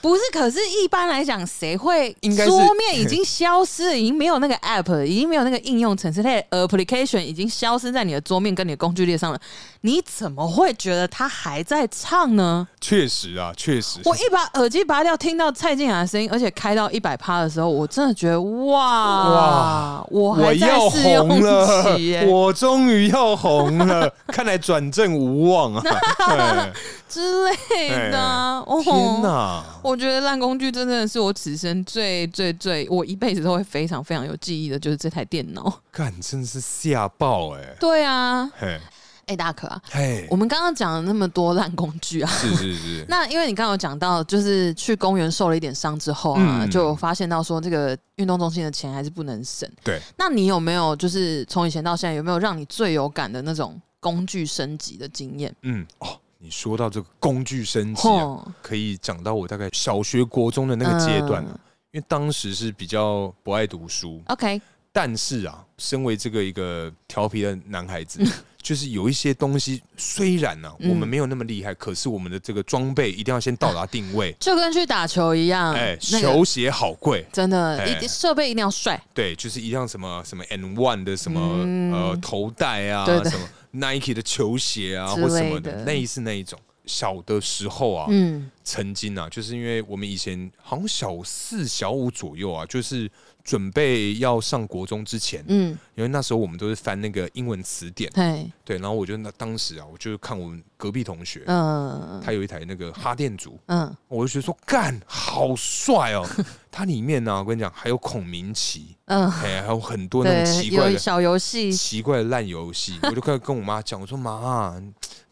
[SPEAKER 2] 不是，可是一般来讲，谁会
[SPEAKER 3] 应该是
[SPEAKER 2] 桌面已经消失了，已经没有那个 app，已经没有那个应用程式，它的 application 已经消失在你的桌面跟你的工具列上了，你怎么会觉得它还在唱呢？
[SPEAKER 3] 确实啊，确实。
[SPEAKER 2] 我一把耳机拔掉，听到蔡健雅的声音，而且开到一百趴的时候，我真的觉得哇
[SPEAKER 3] 哇
[SPEAKER 2] 我
[SPEAKER 3] 我
[SPEAKER 2] 还在
[SPEAKER 3] 要
[SPEAKER 2] 试用
[SPEAKER 3] 红了
[SPEAKER 2] 期、耶，
[SPEAKER 3] 我终于要红 了，看来转正无望啊！哎
[SPEAKER 2] 之类
[SPEAKER 3] 哎
[SPEAKER 2] 的，哦
[SPEAKER 3] 天哪，
[SPEAKER 2] 我觉得烂工具真的是我此生最最最，我一辈子都会非常非常有记忆的，就是这台电脑。
[SPEAKER 3] 干真的是吓爆哎！
[SPEAKER 2] 对啊，
[SPEAKER 3] 嘿，
[SPEAKER 2] 哎、大可啊，
[SPEAKER 3] 嘿
[SPEAKER 2] 我，们刚刚讲了那么多烂工具啊，
[SPEAKER 3] 是是是，
[SPEAKER 2] 那因为你刚刚有讲到，就是去公园受了一点伤之后啊，
[SPEAKER 3] 嗯
[SPEAKER 2] 就有发现到说这个运动中心的钱还是不能省。
[SPEAKER 3] 对，
[SPEAKER 2] 那你有没有就是从以前到现在，有没有让你最有感的那种工具升级的经验？
[SPEAKER 3] 嗯，哦，你说到这个工具升级啊、
[SPEAKER 2] 吼，
[SPEAKER 3] 可以讲到我大概小学、国中的那个阶段啊、
[SPEAKER 2] 嗯
[SPEAKER 3] 因为当时是比较不爱读书，
[SPEAKER 2] OK，
[SPEAKER 3] 但是啊，身为这个一个调皮的男孩子，就是有一些东西，虽然呢、啊，
[SPEAKER 2] 嗯。
[SPEAKER 3] 我们没有那么厉害，可是我们的这个装备一定要先到达定位
[SPEAKER 2] 就跟去打球一样，
[SPEAKER 3] 哎，
[SPEAKER 2] 嗯那个
[SPEAKER 3] 球鞋好贵，
[SPEAKER 2] 真的，一
[SPEAKER 3] 哎
[SPEAKER 2] 定设备一定要帅。
[SPEAKER 3] 对，就是一样什么什么 N One 的什么、
[SPEAKER 2] 嗯
[SPEAKER 3] 呃头带啊，
[SPEAKER 2] 对的
[SPEAKER 3] 什么 Nike 的球鞋啊
[SPEAKER 2] 之
[SPEAKER 3] 或什
[SPEAKER 2] 类
[SPEAKER 3] 么
[SPEAKER 2] 的
[SPEAKER 3] 的，类似那一种。小的时候啊，
[SPEAKER 2] 嗯，
[SPEAKER 3] 曾经啊，就是因为我们以前好像小四、小五左右啊，就是准备要上国中之前，
[SPEAKER 2] 嗯，
[SPEAKER 3] 因为那时候我们都是翻那个英文词典，
[SPEAKER 2] 对，
[SPEAKER 3] 对，然后我就那当时啊，我就看我们隔壁同学，
[SPEAKER 2] 嗯
[SPEAKER 3] 他有一台那个哈电族，
[SPEAKER 2] 嗯，
[SPEAKER 3] 我就觉得说干好帅 哦，它里面呢、我跟你讲还有孔明棋，
[SPEAKER 2] 嗯，
[SPEAKER 3] 哎，还有很多那
[SPEAKER 2] 对
[SPEAKER 3] 种，奇怪
[SPEAKER 2] 有
[SPEAKER 3] 的。
[SPEAKER 2] 小游戏，
[SPEAKER 3] 奇怪的烂游戏，我就快跟我妈讲，我说妈、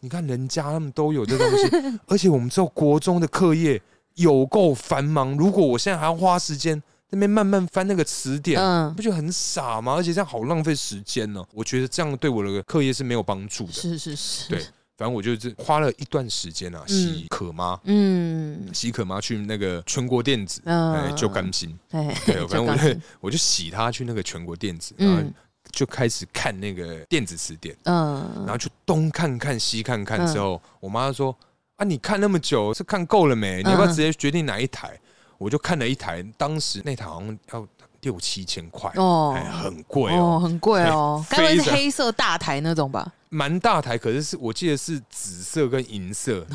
[SPEAKER 3] 你看人家他们都有这东 西，而且我们知道国中的课业有够繁忙，如果我现在还要花时间那边慢慢翻那个词典，
[SPEAKER 2] 嗯，
[SPEAKER 3] 不觉得很傻吗？而且这样好浪费时间呢、我觉得这样对我的课业是没有帮助的。
[SPEAKER 2] 是是是，
[SPEAKER 3] 对，反正我就是花了一段时间啊，洗可妈，
[SPEAKER 2] 嗯
[SPEAKER 3] 洗可妈去那个全国电子，哎，
[SPEAKER 2] 嗯，
[SPEAKER 3] 就甘 心。
[SPEAKER 2] 对，
[SPEAKER 3] 对，反正我
[SPEAKER 2] 就甘
[SPEAKER 3] 就
[SPEAKER 2] 心
[SPEAKER 3] 我就洗她去那个全国电子，然后
[SPEAKER 2] 嗯
[SPEAKER 3] 就开始看那个电子词典，然
[SPEAKER 2] 嗯，
[SPEAKER 3] 后就东看看西看看
[SPEAKER 2] 嗯嗯
[SPEAKER 3] 之后，我妈就说：“啊，你看那么久是看够了没？你要不要直接决定哪一台？”我就看了一台，当时那台好像要六七千块，
[SPEAKER 2] 哦
[SPEAKER 3] 哎，很贵
[SPEAKER 2] 哦，
[SPEAKER 3] 哦，
[SPEAKER 2] 很贵 哦，
[SPEAKER 3] 哎
[SPEAKER 2] 该不会是
[SPEAKER 3] 非常
[SPEAKER 2] 黑色大台那种吧？
[SPEAKER 3] 蛮大台，可是是我记得是紫色跟银色，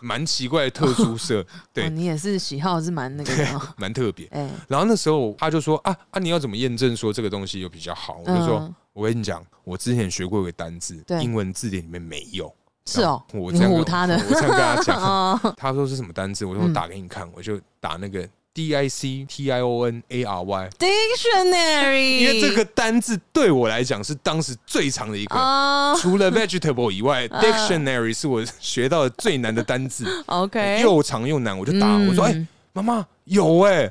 [SPEAKER 3] 蛮奇怪的特殊 色，
[SPEAKER 2] 哦
[SPEAKER 3] 对，
[SPEAKER 2] 你也是喜好是蛮那个的 哦，
[SPEAKER 3] 蛮特别。
[SPEAKER 2] 哎，
[SPEAKER 3] 然后那时候他就说啊啊，你要怎么验证说这个东西有比较好？我就说，
[SPEAKER 2] 嗯
[SPEAKER 3] 我跟你讲，我之前学过一个单字
[SPEAKER 2] 对，
[SPEAKER 3] 英文字典里面没有。
[SPEAKER 2] 是哦，
[SPEAKER 3] 我
[SPEAKER 2] 你
[SPEAKER 3] 这样
[SPEAKER 2] 唬
[SPEAKER 3] 跟
[SPEAKER 2] 他的
[SPEAKER 3] 我这样跟他讲，
[SPEAKER 2] 哦，
[SPEAKER 3] 他说是什么单字，我说
[SPEAKER 2] 嗯
[SPEAKER 3] 我打给你看，我就打那个 D I C T I O N A R Y，
[SPEAKER 2] ，dictionary，
[SPEAKER 3] 因为这个单字对我来讲是当时最长的一个。
[SPEAKER 2] 哦嗯
[SPEAKER 3] 除了 vegetable 以 外，dictionary 是我学到的最难的单字。
[SPEAKER 2] ，OK，
[SPEAKER 3] 哎又长又难，我就打，
[SPEAKER 2] 嗯
[SPEAKER 3] 我说：“哎、妈妈有哎、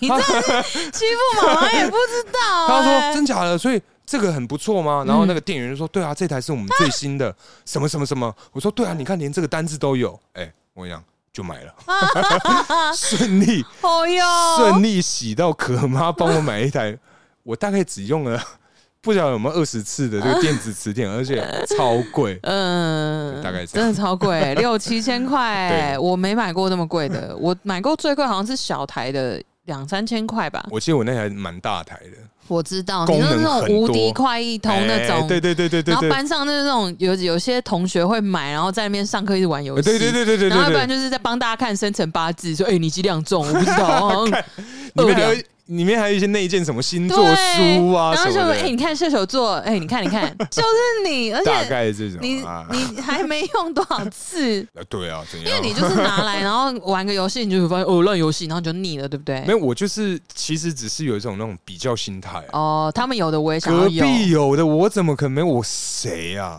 [SPEAKER 2] 你这是欺负妈妈也不知道，
[SPEAKER 3] 他
[SPEAKER 2] 哎
[SPEAKER 3] 说：“
[SPEAKER 2] 嗯
[SPEAKER 3] 真假的？”所以这个很不错吗？然后那个店员就说：“对啊，这 台是我们最新的，什么什么什么。”我说：“对啊，你看连这个单字都有。”哎，我跟你讲，就买 了，顺利
[SPEAKER 2] 哦哟，
[SPEAKER 3] 顺利洗到可妈帮我买一台，我大概只用了 不知道有没有二十次的这个电子词典，而且超贵。
[SPEAKER 2] 嗯，
[SPEAKER 3] 大概是这
[SPEAKER 2] 真
[SPEAKER 3] 样
[SPEAKER 2] 的超 贵，六七千块，
[SPEAKER 3] 对
[SPEAKER 2] 我没买过那么贵的，我买过最贵好像是小台的两三千块吧。
[SPEAKER 3] 我记得我那台蛮大台的，
[SPEAKER 2] 我知道，
[SPEAKER 3] 功
[SPEAKER 2] 你
[SPEAKER 3] 能
[SPEAKER 2] 就是那
[SPEAKER 3] 很
[SPEAKER 2] 种无
[SPEAKER 3] 多
[SPEAKER 2] 敌快一通那
[SPEAKER 3] 哎
[SPEAKER 2] 种，
[SPEAKER 3] 对对对对对
[SPEAKER 2] 然后
[SPEAKER 3] 对，
[SPEAKER 2] 班上就是那种有有些同学会买，然后在那边上课一直玩游戏，
[SPEAKER 3] 对对对对对对
[SPEAKER 2] 然后要
[SPEAKER 3] 对
[SPEAKER 2] 不
[SPEAKER 3] 对
[SPEAKER 2] 然，就是在帮大家看生辰八字，说哎、你几两重，我不知道，好像
[SPEAKER 3] 里面还
[SPEAKER 2] 二
[SPEAKER 3] 有
[SPEAKER 2] 两
[SPEAKER 3] 里面还有一些内建什么星
[SPEAKER 2] 对
[SPEAKER 3] 座书啊
[SPEAKER 2] 然
[SPEAKER 3] 什
[SPEAKER 2] 后
[SPEAKER 3] 么
[SPEAKER 2] 就哎、
[SPEAKER 3] 的，
[SPEAKER 2] 你看射手座，哎、你看 你看，就是你，而
[SPEAKER 3] 大
[SPEAKER 2] 且
[SPEAKER 3] 概这种
[SPEAKER 2] 你
[SPEAKER 3] 啊，
[SPEAKER 2] 你还没用多少次，
[SPEAKER 3] 啊对啊，怎
[SPEAKER 2] 因
[SPEAKER 3] 样
[SPEAKER 2] 为？你就是拿 来然后玩个游戏，你就会发现哦乱游戏，然后你就腻了，对不对
[SPEAKER 3] 没？有，我就是其实只是有一种那种比较心态啊。
[SPEAKER 2] 哦，他们有的我也想要
[SPEAKER 3] 隔
[SPEAKER 2] 有。
[SPEAKER 3] 壁有的我怎么可能没有？我谁啊？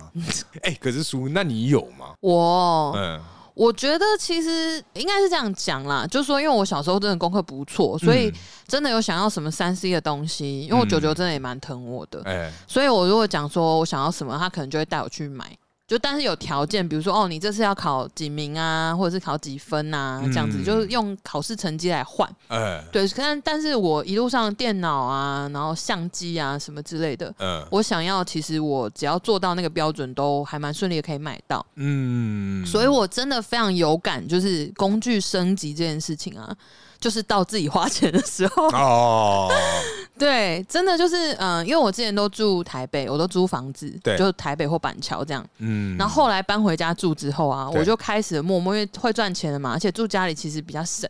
[SPEAKER 3] 哎、可是叔，那你有吗？
[SPEAKER 2] 我
[SPEAKER 3] 嗯，
[SPEAKER 2] 我觉得其实应该是这样讲啦，就说因为我小时候真的功课不错，所以
[SPEAKER 3] 嗯
[SPEAKER 2] 真的有想要什么三 C 的东西，因为我舅舅真的也蛮疼我的，
[SPEAKER 3] 哎、
[SPEAKER 2] 所以我如果讲说我想要什么，他可能就会带我去买。就但是有条件，比如说哦，你这次要考几名啊，或者是考几分啊，这样子、
[SPEAKER 3] 嗯
[SPEAKER 2] 就是用考试成绩来换。
[SPEAKER 3] 哎，
[SPEAKER 2] 对，但但是我一路上电脑啊，然后相机啊什么之类的，
[SPEAKER 3] 嗯
[SPEAKER 2] 我想要其实我只要做到那个标准，都还蛮顺利的可以买到。
[SPEAKER 3] 嗯，
[SPEAKER 2] 所以我真的非常有感，就是工具升级这件事情啊，就是到自己花钱的时候，
[SPEAKER 3] 哦，
[SPEAKER 2] 对，真的就是嗯、呃因为我之前都住台北，我都租房子，
[SPEAKER 3] 对
[SPEAKER 2] 就是台北或板桥这样。
[SPEAKER 3] 嗯，
[SPEAKER 2] 然后后来搬回家住之后啊，
[SPEAKER 3] 对
[SPEAKER 2] 我就开始默默因为会赚钱了嘛，而且住家里其实比较省，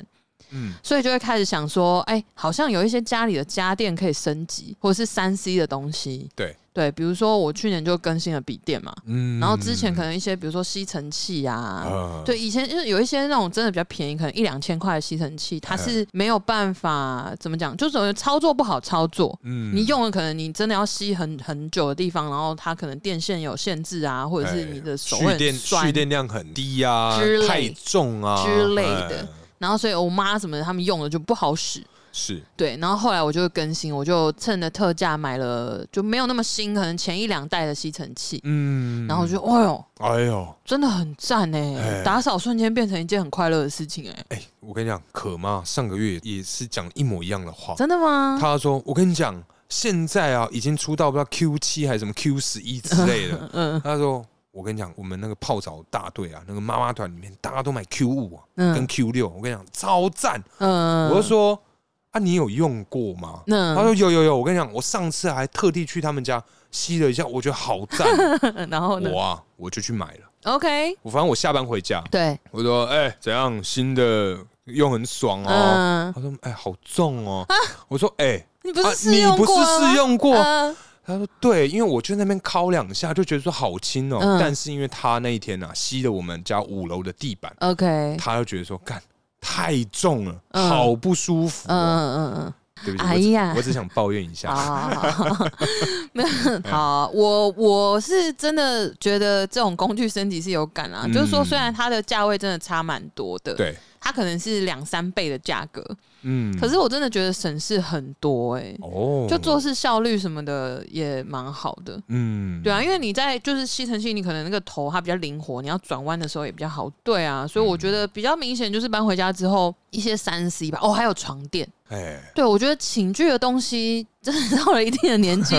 [SPEAKER 3] 嗯，
[SPEAKER 2] 所以就会开始想说，哎、好像有一些家里的家电可以升级，或者是三 C 的东西。
[SPEAKER 3] 对
[SPEAKER 2] 对，比如说我去年就更新了笔电嘛，
[SPEAKER 3] 嗯，
[SPEAKER 2] 然后之前可能一些比如说吸尘器啊，
[SPEAKER 3] 啊，
[SPEAKER 2] 对，以前就是有一些那种真的比较便宜，可能一两千块的吸尘器，
[SPEAKER 3] 哎
[SPEAKER 2] 它是没有办法怎么讲，就是有操作不好操作。
[SPEAKER 3] 嗯
[SPEAKER 2] 你用了可能你真的要吸很很久的地方，然后它可能电线有限制啊，或者是你的手
[SPEAKER 3] 哎
[SPEAKER 2] 会
[SPEAKER 3] 蓄
[SPEAKER 2] 很
[SPEAKER 3] 电
[SPEAKER 2] 酸
[SPEAKER 3] 蓄，电量很低啊
[SPEAKER 2] 之类，
[SPEAKER 3] 太重啊
[SPEAKER 2] 之类的
[SPEAKER 3] 哎
[SPEAKER 2] 然后所以我妈什么的他们用了就不好使。
[SPEAKER 3] 是
[SPEAKER 2] 对，然后后来我就更新，我就趁着特价买了，就没有那么新，可能前一两代的吸尘器，
[SPEAKER 3] 嗯，
[SPEAKER 2] 然后我就哎呦，
[SPEAKER 3] 哎呦，
[SPEAKER 2] 真的很赞哎、
[SPEAKER 3] 哎
[SPEAKER 2] 打扫瞬间变成一件很快乐的事情哎、
[SPEAKER 3] 哎、我跟你讲，可妈上个月也是讲一模一样的话，
[SPEAKER 2] 真的吗？
[SPEAKER 3] 他说：“我跟你讲，现在啊，已经出到不知道 Q 七还是什么 Q 十一之类的。
[SPEAKER 2] 嗯
[SPEAKER 3] 他说：“我跟你讲，我们那个泡澡大队啊，那个妈妈团里面，大家都买 Q 五啊，
[SPEAKER 2] 嗯
[SPEAKER 3] 跟 Q 六。我跟你讲，超赞！
[SPEAKER 2] 嗯，
[SPEAKER 3] 我就说：‘啊，你有用过吗？’
[SPEAKER 2] 那
[SPEAKER 3] 他说：‘有有有。’我跟你讲，我上次还特地去他们家吸了一下，我觉得好 赞。
[SPEAKER 2] 然后呢
[SPEAKER 3] 我啊，我就去买了。
[SPEAKER 2] ？OK，
[SPEAKER 3] 我反正我下班回家，
[SPEAKER 2] 对，
[SPEAKER 3] 我说：‘哎、怎样？新的用很爽哦。’
[SPEAKER 2] 嗯，
[SPEAKER 3] 他说：‘哎、好重哦。我说：‘哎、
[SPEAKER 2] 你啊不是
[SPEAKER 3] 啊
[SPEAKER 2] 试用
[SPEAKER 3] 你不
[SPEAKER 2] 过
[SPEAKER 3] 是试用过？
[SPEAKER 2] 嗯
[SPEAKER 3] 他说对，因为我就在那边敲两下，就觉得说好轻哦、
[SPEAKER 2] 嗯
[SPEAKER 3] 但是因为他那一天呢、啊，吸了我们家五楼的地板，
[SPEAKER 2] ？OK，
[SPEAKER 3] 他就觉得说干太重了，
[SPEAKER 2] 哎嗯
[SPEAKER 3] 好不舒服、
[SPEAKER 2] 嗯
[SPEAKER 3] 啊。
[SPEAKER 2] 嗯嗯
[SPEAKER 3] 对不起，
[SPEAKER 2] 哎呀
[SPEAKER 3] 我只我只想抱怨一
[SPEAKER 2] 嗯，好
[SPEAKER 3] 下。
[SPEAKER 2] 好好 好，没有好，我我是真的觉得这种工具升级是有感啊，
[SPEAKER 3] 嗯
[SPEAKER 2] 就是说虽然它的价位真的差蛮多的，，
[SPEAKER 3] 对，
[SPEAKER 2] 它可能是两三倍的价格，
[SPEAKER 3] 嗯，
[SPEAKER 2] 可是我真的觉得省事很多哎、
[SPEAKER 3] 哦，
[SPEAKER 2] 就做事效率什么的也蛮好的。
[SPEAKER 3] 嗯，
[SPEAKER 2] 对啊，因为你在就是吸尘器，你可能那个头它比较灵活，你要转弯的时候也比较好。对啊，所以我觉得
[SPEAKER 3] 嗯
[SPEAKER 2] 比较明显就是搬回家之后一些三 C 吧，哦，还有床垫。
[SPEAKER 3] 哎，
[SPEAKER 2] 对，我觉得寝具的东西，真的到了一定的年 纪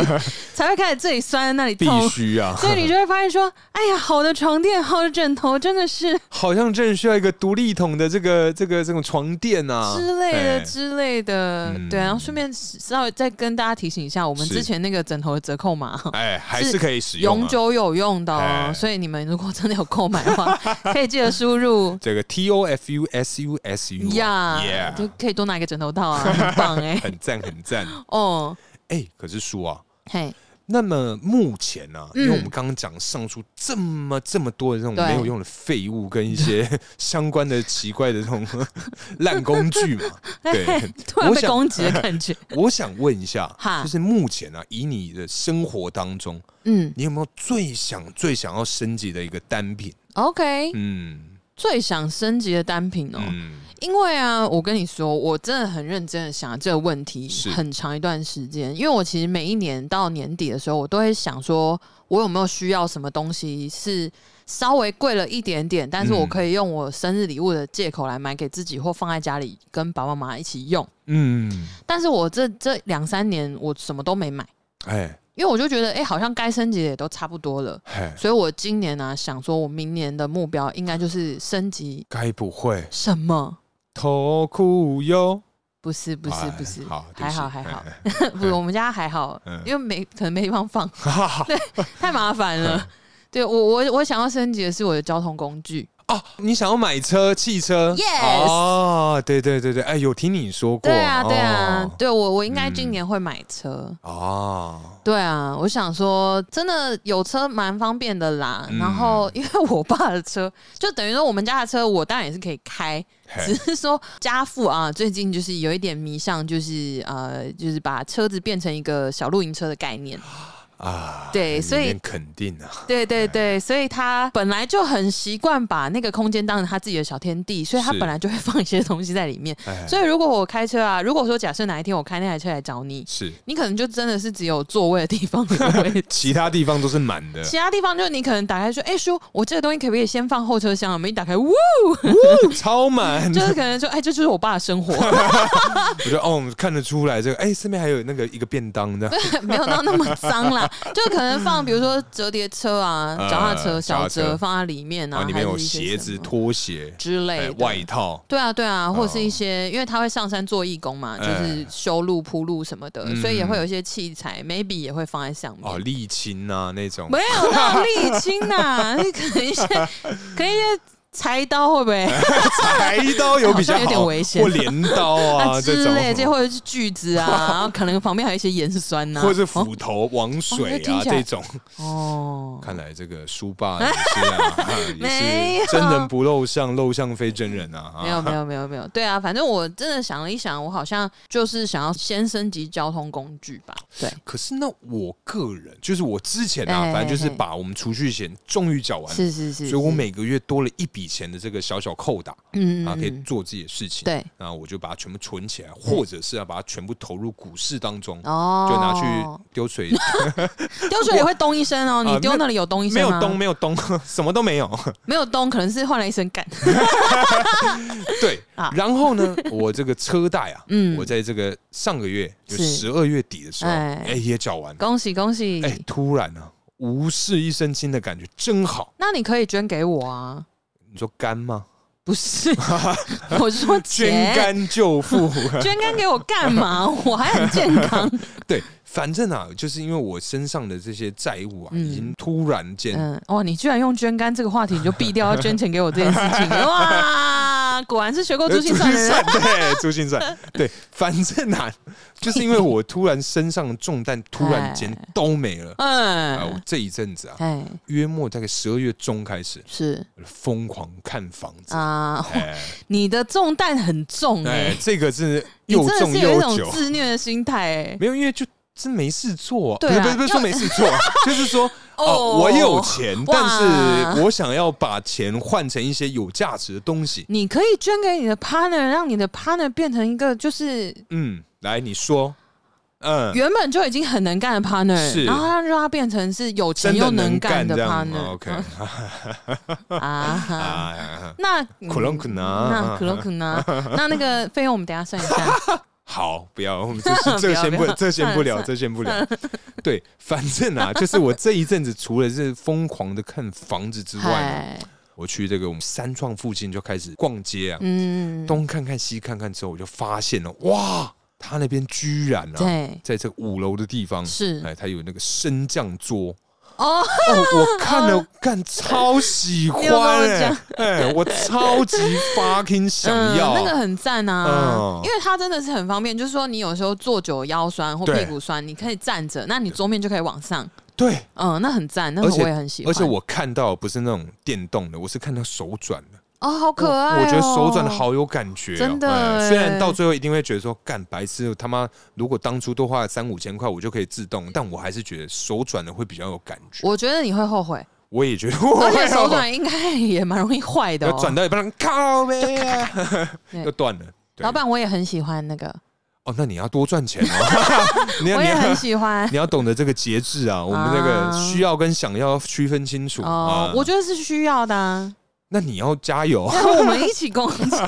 [SPEAKER 2] 才会开始这里酸那里
[SPEAKER 3] 必
[SPEAKER 2] 痛，
[SPEAKER 3] 须啊，
[SPEAKER 2] 所以你就会发现说，哎呀，好的床垫，好的枕头，真的是
[SPEAKER 3] 好像真的需要一个独立桶的这个这个这种床垫啊
[SPEAKER 2] 之类的
[SPEAKER 3] 哎
[SPEAKER 2] 之类的。
[SPEAKER 3] 嗯
[SPEAKER 2] 对啊，然后顺便稍微再跟大家提醒一下，我们
[SPEAKER 3] 是
[SPEAKER 2] 之前那个枕头的折扣码。
[SPEAKER 3] 哎，还是可以使用、
[SPEAKER 2] 永
[SPEAKER 3] 啊。
[SPEAKER 2] 久有用的哦
[SPEAKER 3] 哎，
[SPEAKER 2] 所以你们如果真的有购买的话，可以记得输 入
[SPEAKER 3] 这个 T O F U S U S U
[SPEAKER 2] 呀就可以多拿一个枕头套啊， 很棒哎、
[SPEAKER 3] 很赞很赞。
[SPEAKER 2] 哦，
[SPEAKER 3] 哎，可是叔啊，
[SPEAKER 2] 嘿，
[SPEAKER 3] 那么目前呢、啊，因为
[SPEAKER 2] 嗯
[SPEAKER 3] 我们刚刚讲上述这么这么多的这种
[SPEAKER 2] 对
[SPEAKER 3] 没有用的废物跟一 些相关的奇怪的这种 烂工具嘛， 对，
[SPEAKER 2] 突然
[SPEAKER 3] 我
[SPEAKER 2] 被
[SPEAKER 3] 想
[SPEAKER 2] 攻击的 感觉，
[SPEAKER 3] 我想问一下
[SPEAKER 2] 哈，
[SPEAKER 3] 就是目前啊，以你的生活当中，
[SPEAKER 2] 嗯
[SPEAKER 3] 你有没有最想最想要升级的一个单品？
[SPEAKER 2] ，OK，
[SPEAKER 3] 嗯
[SPEAKER 2] 最想升级的单品哦，
[SPEAKER 3] 嗯，
[SPEAKER 2] 因为啊，我跟你说，我真的很认真的想这个问题
[SPEAKER 3] 是
[SPEAKER 2] 很长一段时间，因为我其实每一年到年底的时候，我都会想说，我有没有需要什么东西是稍微贵了一点点，但是我
[SPEAKER 3] 嗯
[SPEAKER 2] 可以用我生日礼物的借口来买给自己，或放在家里跟爸爸妈妈一起用。
[SPEAKER 3] 嗯，
[SPEAKER 2] 但是我这这两三年我什么都没买，
[SPEAKER 3] 哎
[SPEAKER 2] 因为我就觉得，哎、好像该升级的也都差不多了。
[SPEAKER 3] 哎，
[SPEAKER 2] 所以我今年呢、想说我明年的目标应该就是升级
[SPEAKER 3] 该不会
[SPEAKER 2] 什么？
[SPEAKER 3] 头哭哟？
[SPEAKER 2] 不是不是
[SPEAKER 3] 哎
[SPEAKER 2] 不是，
[SPEAKER 3] 好，对
[SPEAKER 2] 还
[SPEAKER 3] 不起
[SPEAKER 2] 好还好，，
[SPEAKER 3] 哎
[SPEAKER 2] 不是我们家还好
[SPEAKER 3] 嗯，
[SPEAKER 2] 因为没可能没地方 放，
[SPEAKER 3] 哎哈哈
[SPEAKER 2] 太麻烦
[SPEAKER 3] 嗯
[SPEAKER 2] 了。 对我我我想要升级的是我的交通工具，
[SPEAKER 3] 哦，你想要买车、汽车
[SPEAKER 2] Yes
[SPEAKER 3] 哦，对对对对，哎，有听你说过，
[SPEAKER 2] 对啊对啊
[SPEAKER 3] 哦，，
[SPEAKER 2] 对我我应该
[SPEAKER 3] 嗯
[SPEAKER 2] 今年会买车。
[SPEAKER 3] 哦，
[SPEAKER 2] 对啊，我想说，真的有车蛮方便的啦。
[SPEAKER 3] 嗯
[SPEAKER 2] 然后，因为我爸的车，就等于说我们家的车，我当然也是可以开，
[SPEAKER 3] 嘿
[SPEAKER 2] 只是说家父啊，最近就是有一点迷上，就是呃，就是把车子变成一个小露营车的概念。
[SPEAKER 3] 啊，
[SPEAKER 2] 对
[SPEAKER 3] 有
[SPEAKER 2] 所以
[SPEAKER 3] 点肯定啊，
[SPEAKER 2] 对对对，所以他本来就很习惯把那个空间当成他自己的小天地，所以他
[SPEAKER 3] 是
[SPEAKER 2] 本来就会放一些东西在里面。
[SPEAKER 3] 哎，
[SPEAKER 2] 所以如果我开车啊，如果说假设哪一天我开那台车来找你，
[SPEAKER 3] 是
[SPEAKER 2] 你可能就真的是只有座位的地方有 位置。
[SPEAKER 3] 其他地方都是满的，
[SPEAKER 2] 其他地方 就是你可能打开说，哎、叔，我这个东西可不可以先放后车厢？我们一打 开，呜，
[SPEAKER 3] 超满，
[SPEAKER 2] 就是可能说，哎、这就是我爸的 生活，
[SPEAKER 3] 我觉得哦，我们看得出来这个，哎，身边还有那个一个便当 的，
[SPEAKER 2] 没有到那么脏啦，就可能放比如说折叠车啊、
[SPEAKER 3] 呃
[SPEAKER 2] 脚踏
[SPEAKER 3] 脚
[SPEAKER 2] 车、小
[SPEAKER 3] 踏车
[SPEAKER 2] 车放在里面
[SPEAKER 3] 然
[SPEAKER 2] 啊，
[SPEAKER 3] 后里面
[SPEAKER 2] 还
[SPEAKER 3] 有
[SPEAKER 2] 是一些
[SPEAKER 3] 鞋
[SPEAKER 2] 什
[SPEAKER 3] 子、
[SPEAKER 2] 么
[SPEAKER 3] 拖鞋、
[SPEAKER 2] 之类
[SPEAKER 3] 哎
[SPEAKER 2] 的
[SPEAKER 3] 外套，
[SPEAKER 2] 对啊，对啊，或者
[SPEAKER 3] 哦
[SPEAKER 2] 是一些，因为他会上山做义工嘛，就
[SPEAKER 3] 哎
[SPEAKER 2] 是修路、铺路什么的，
[SPEAKER 3] 嗯
[SPEAKER 2] 所以也会有一些器材，maybe 也会放在上面。
[SPEAKER 3] 哦，沥青啊那种
[SPEAKER 2] 没，有到沥青呐、
[SPEAKER 3] 哦
[SPEAKER 2] 那 可能一些，可能一些柴刀会不会
[SPEAKER 3] 哎 柴刀有比较
[SPEAKER 2] 好像有点
[SPEAKER 3] 好
[SPEAKER 2] 危险
[SPEAKER 3] 或镰刀 啊这
[SPEAKER 2] 之
[SPEAKER 3] 种，
[SPEAKER 2] 类，这或者是锯子啊， 然后可能旁边还有一些盐酸啊呐、
[SPEAKER 3] 或者是斧头、王
[SPEAKER 2] 哦那
[SPEAKER 3] 水啊
[SPEAKER 2] 听起来
[SPEAKER 3] 这种。
[SPEAKER 2] 哦，
[SPEAKER 3] 看来这个书霸也是 啊，啊
[SPEAKER 2] 没
[SPEAKER 3] 也
[SPEAKER 2] 有
[SPEAKER 3] 是真人不露相，露相非真人啊。啊
[SPEAKER 2] 没有没有没有没有，对啊，反正我真的想了一想，我好像就是想要先升级交通工具吧。对，
[SPEAKER 3] 可是那我个人就是我之前啊，
[SPEAKER 2] 哎
[SPEAKER 3] 反正就是把我们储蓄险终于缴完了，
[SPEAKER 2] 是是是，
[SPEAKER 3] 所以我
[SPEAKER 2] 是
[SPEAKER 3] 每个月多了一笔钱的这个小小扣打，
[SPEAKER 2] 嗯嗯
[SPEAKER 3] 啊，可以
[SPEAKER 2] 嗯
[SPEAKER 3] 做自己的事情。
[SPEAKER 2] 对
[SPEAKER 3] 那我就把它全部存起来，或者是要把它全部投入股市当中，
[SPEAKER 2] 哦，
[SPEAKER 3] 就拿去丢水，
[SPEAKER 2] 丢水也会咚一声哦，
[SPEAKER 3] 呃
[SPEAKER 2] 你丢那里有咚一
[SPEAKER 3] 没
[SPEAKER 2] 声
[SPEAKER 3] 有
[SPEAKER 2] 吗？
[SPEAKER 3] 东，没有东， 什么都没有。
[SPEAKER 2] 没有咚，可能是换了一声干。
[SPEAKER 3] 对
[SPEAKER 2] 啊，
[SPEAKER 3] 然后呢， 我这个车贷啊，
[SPEAKER 2] 嗯
[SPEAKER 3] 我在这个上个月就是十二月底的时候，
[SPEAKER 2] 哎
[SPEAKER 3] 哎，也缴完了。
[SPEAKER 2] 恭喜恭喜！
[SPEAKER 3] 哎、突然呢、啊，无事一身轻的感觉真好。
[SPEAKER 2] 那你可以捐给我啊，
[SPEAKER 3] 你说干吗？
[SPEAKER 2] 不是？我是说
[SPEAKER 3] 捐
[SPEAKER 2] 钱，
[SPEAKER 3] 干就富。
[SPEAKER 2] 捐干给我干嘛？我还很健 康。
[SPEAKER 3] 对，反正啊，就是因为我身上的这些债务啊，
[SPEAKER 2] 嗯
[SPEAKER 3] 已经突然间、
[SPEAKER 2] 嗯，哇，你居然用捐干这个话题，你就避掉要捐钱给我这件事情，哇，果然是学过珠心算 的人。
[SPEAKER 3] 对，朱心呃 算，对，反正啊，就是因为我突然身上的重担突然间
[SPEAKER 2] 哎
[SPEAKER 3] 都没了。啊，我
[SPEAKER 2] 嗯，
[SPEAKER 3] 这一阵子啊，
[SPEAKER 2] 哎，
[SPEAKER 3] 约莫大概十二月中开始，
[SPEAKER 2] 是
[SPEAKER 3] 我就疯狂看房子。
[SPEAKER 2] 啊，
[SPEAKER 3] 哎、
[SPEAKER 2] 你的重担很重
[SPEAKER 3] 哎
[SPEAKER 2] 哎，，
[SPEAKER 3] 这个是
[SPEAKER 2] 你
[SPEAKER 3] 又
[SPEAKER 2] 真的
[SPEAKER 3] 重
[SPEAKER 2] 是有一
[SPEAKER 3] 又久
[SPEAKER 2] 种，自虐的心态哎。
[SPEAKER 3] 没有，因为就真没事做、啊，
[SPEAKER 2] 对
[SPEAKER 3] 不是
[SPEAKER 2] 啊
[SPEAKER 3] 不是不是说
[SPEAKER 2] 要
[SPEAKER 3] 没事 做、啊，就是说哦，
[SPEAKER 2] 哦
[SPEAKER 3] 我有钱，
[SPEAKER 2] 哇
[SPEAKER 3] 但是我想要把钱换成一些有价值的东西。
[SPEAKER 2] 你可以捐给你的 partner，让你的 partner 变成一个就是
[SPEAKER 3] 嗯，来你说，嗯，
[SPEAKER 2] 原本就已经很能干的 partner，
[SPEAKER 3] 是
[SPEAKER 2] 然后他让他变成是有钱
[SPEAKER 3] 真的
[SPEAKER 2] 又干
[SPEAKER 3] 干
[SPEAKER 2] 的
[SPEAKER 3] 这样
[SPEAKER 2] partner 嗯
[SPEAKER 3] 吗。OK
[SPEAKER 2] 啊哈。
[SPEAKER 3] 啊，
[SPEAKER 2] 那
[SPEAKER 3] 可能可能啊
[SPEAKER 2] 那可能 可能，啊那那个费用我们等一下算一下。
[SPEAKER 3] 好，不要， 我们这
[SPEAKER 2] 不要
[SPEAKER 3] 这先
[SPEAKER 2] 不
[SPEAKER 3] 不
[SPEAKER 2] 要
[SPEAKER 3] 这先不聊，
[SPEAKER 2] 算了
[SPEAKER 3] 这先不聊。对，反正啊，就是我这一阵子除了是疯狂的看房子之外呢，
[SPEAKER 2] 嗨，
[SPEAKER 3] 我去这个我们三创附近就开始逛街啊，
[SPEAKER 2] 嗯，
[SPEAKER 3] 东看看西看看之后，我就发现了，哇，他那边居然啊，
[SPEAKER 2] 对，
[SPEAKER 3] 在这个五楼的地方，
[SPEAKER 2] 是
[SPEAKER 3] 哎，他有那个升降桌。
[SPEAKER 2] 哦，
[SPEAKER 3] 哦，我看 了，看超喜
[SPEAKER 2] 你有跟
[SPEAKER 3] 欢
[SPEAKER 2] 我
[SPEAKER 3] 哎
[SPEAKER 2] 讲、
[SPEAKER 3] 哎我超级 fucking 想
[SPEAKER 2] 嗯，
[SPEAKER 3] 要、
[SPEAKER 2] 那个很赞啊
[SPEAKER 3] 嗯，
[SPEAKER 2] 因为它真的是很方便，就是说你有时候坐久腰酸或
[SPEAKER 3] 对
[SPEAKER 2] 屁股酸，你可以站着，那你桌面就可以往上，
[SPEAKER 3] 对，
[SPEAKER 2] 嗯，那很赞，那个
[SPEAKER 3] 而且
[SPEAKER 2] 我也很喜欢，
[SPEAKER 3] 而且我看到不是那种电动的，我是看到手转的，
[SPEAKER 2] 哦，好可爱哦，
[SPEAKER 3] 我觉得手转的好有感觉、哦，
[SPEAKER 2] 真的
[SPEAKER 3] 哎
[SPEAKER 2] 哎
[SPEAKER 3] 虽然到最后一定会觉得说，干白痴他妈，如果当初多花了三五千块，我就可以自动，但我还是觉得手转的会比较有感觉。
[SPEAKER 2] 我觉得你会后悔，
[SPEAKER 3] 我也觉得
[SPEAKER 2] 而
[SPEAKER 3] 我
[SPEAKER 2] 且手
[SPEAKER 3] 要
[SPEAKER 2] 转应该也蛮容易坏的、
[SPEAKER 3] 要
[SPEAKER 2] 哦。
[SPEAKER 3] 转到一半，靠呗啊，
[SPEAKER 2] 对
[SPEAKER 3] 又断了。对
[SPEAKER 2] 老板，我也很喜欢那个，
[SPEAKER 3] 哦，那你要多赚钱 哦，你要
[SPEAKER 2] 我
[SPEAKER 3] 你
[SPEAKER 2] 也
[SPEAKER 3] 要
[SPEAKER 2] 很喜欢。
[SPEAKER 3] 你要懂得这个节制啊，我们那个需要跟想要区分清楚
[SPEAKER 2] 哦
[SPEAKER 3] 啊，。
[SPEAKER 2] 我觉得是需要 的、啊，
[SPEAKER 3] 那你要加油啊！
[SPEAKER 2] 让我们一起工作。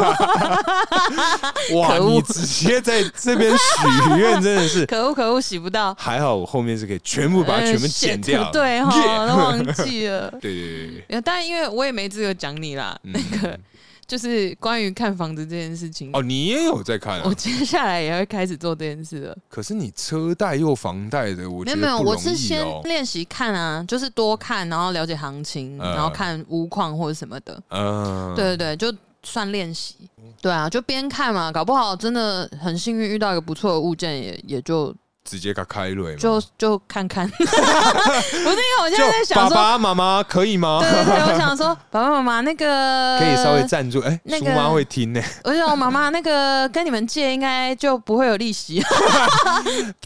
[SPEAKER 3] 哇，
[SPEAKER 2] 可恶
[SPEAKER 3] 你直接在这边许愿，真的是
[SPEAKER 2] 可恶可恶，洗不到，
[SPEAKER 3] 还好，我后面是可以全部把它全部剪掉。。
[SPEAKER 2] 呃，shit，对哈，都忘记了
[SPEAKER 3] 对对对对
[SPEAKER 2] 呃但因为我也没资格讲你啦，
[SPEAKER 3] 嗯
[SPEAKER 2] 那个就是关于看房子这件事情，
[SPEAKER 3] 哦，你也有在看啊
[SPEAKER 2] 我？接下来也会开始做这件事了。
[SPEAKER 3] 可是你车贷又房贷的，我
[SPEAKER 2] 没
[SPEAKER 3] 觉
[SPEAKER 2] 有
[SPEAKER 3] 得
[SPEAKER 2] 没有，
[SPEAKER 3] 不容
[SPEAKER 2] 我是
[SPEAKER 3] 易
[SPEAKER 2] 先
[SPEAKER 3] 哦。
[SPEAKER 2] 练习看啊，就是多看，然后了解行情，
[SPEAKER 3] 呃
[SPEAKER 2] 然后看屋况或者什么的。
[SPEAKER 3] 嗯，
[SPEAKER 2] 对对对，就算练习。对啊，就边看嘛，搞不好真的很幸运遇到一个不错的物件，也也就
[SPEAKER 3] 直接给它开瑞嘛。
[SPEAKER 2] 就就看看。 不是因为我现在
[SPEAKER 3] 嗯
[SPEAKER 2] 在
[SPEAKER 3] 就
[SPEAKER 2] 想
[SPEAKER 3] 爸
[SPEAKER 2] 说，
[SPEAKER 3] 爸妈妈可以吗
[SPEAKER 2] 对？对对，我想说 爸爸妈妈那个
[SPEAKER 3] 可以稍微赞助，哎，
[SPEAKER 2] 那
[SPEAKER 3] 苏
[SPEAKER 2] 个
[SPEAKER 3] 妈会听呢。
[SPEAKER 2] 我想妈妈那个跟你们借应该就不会有利息，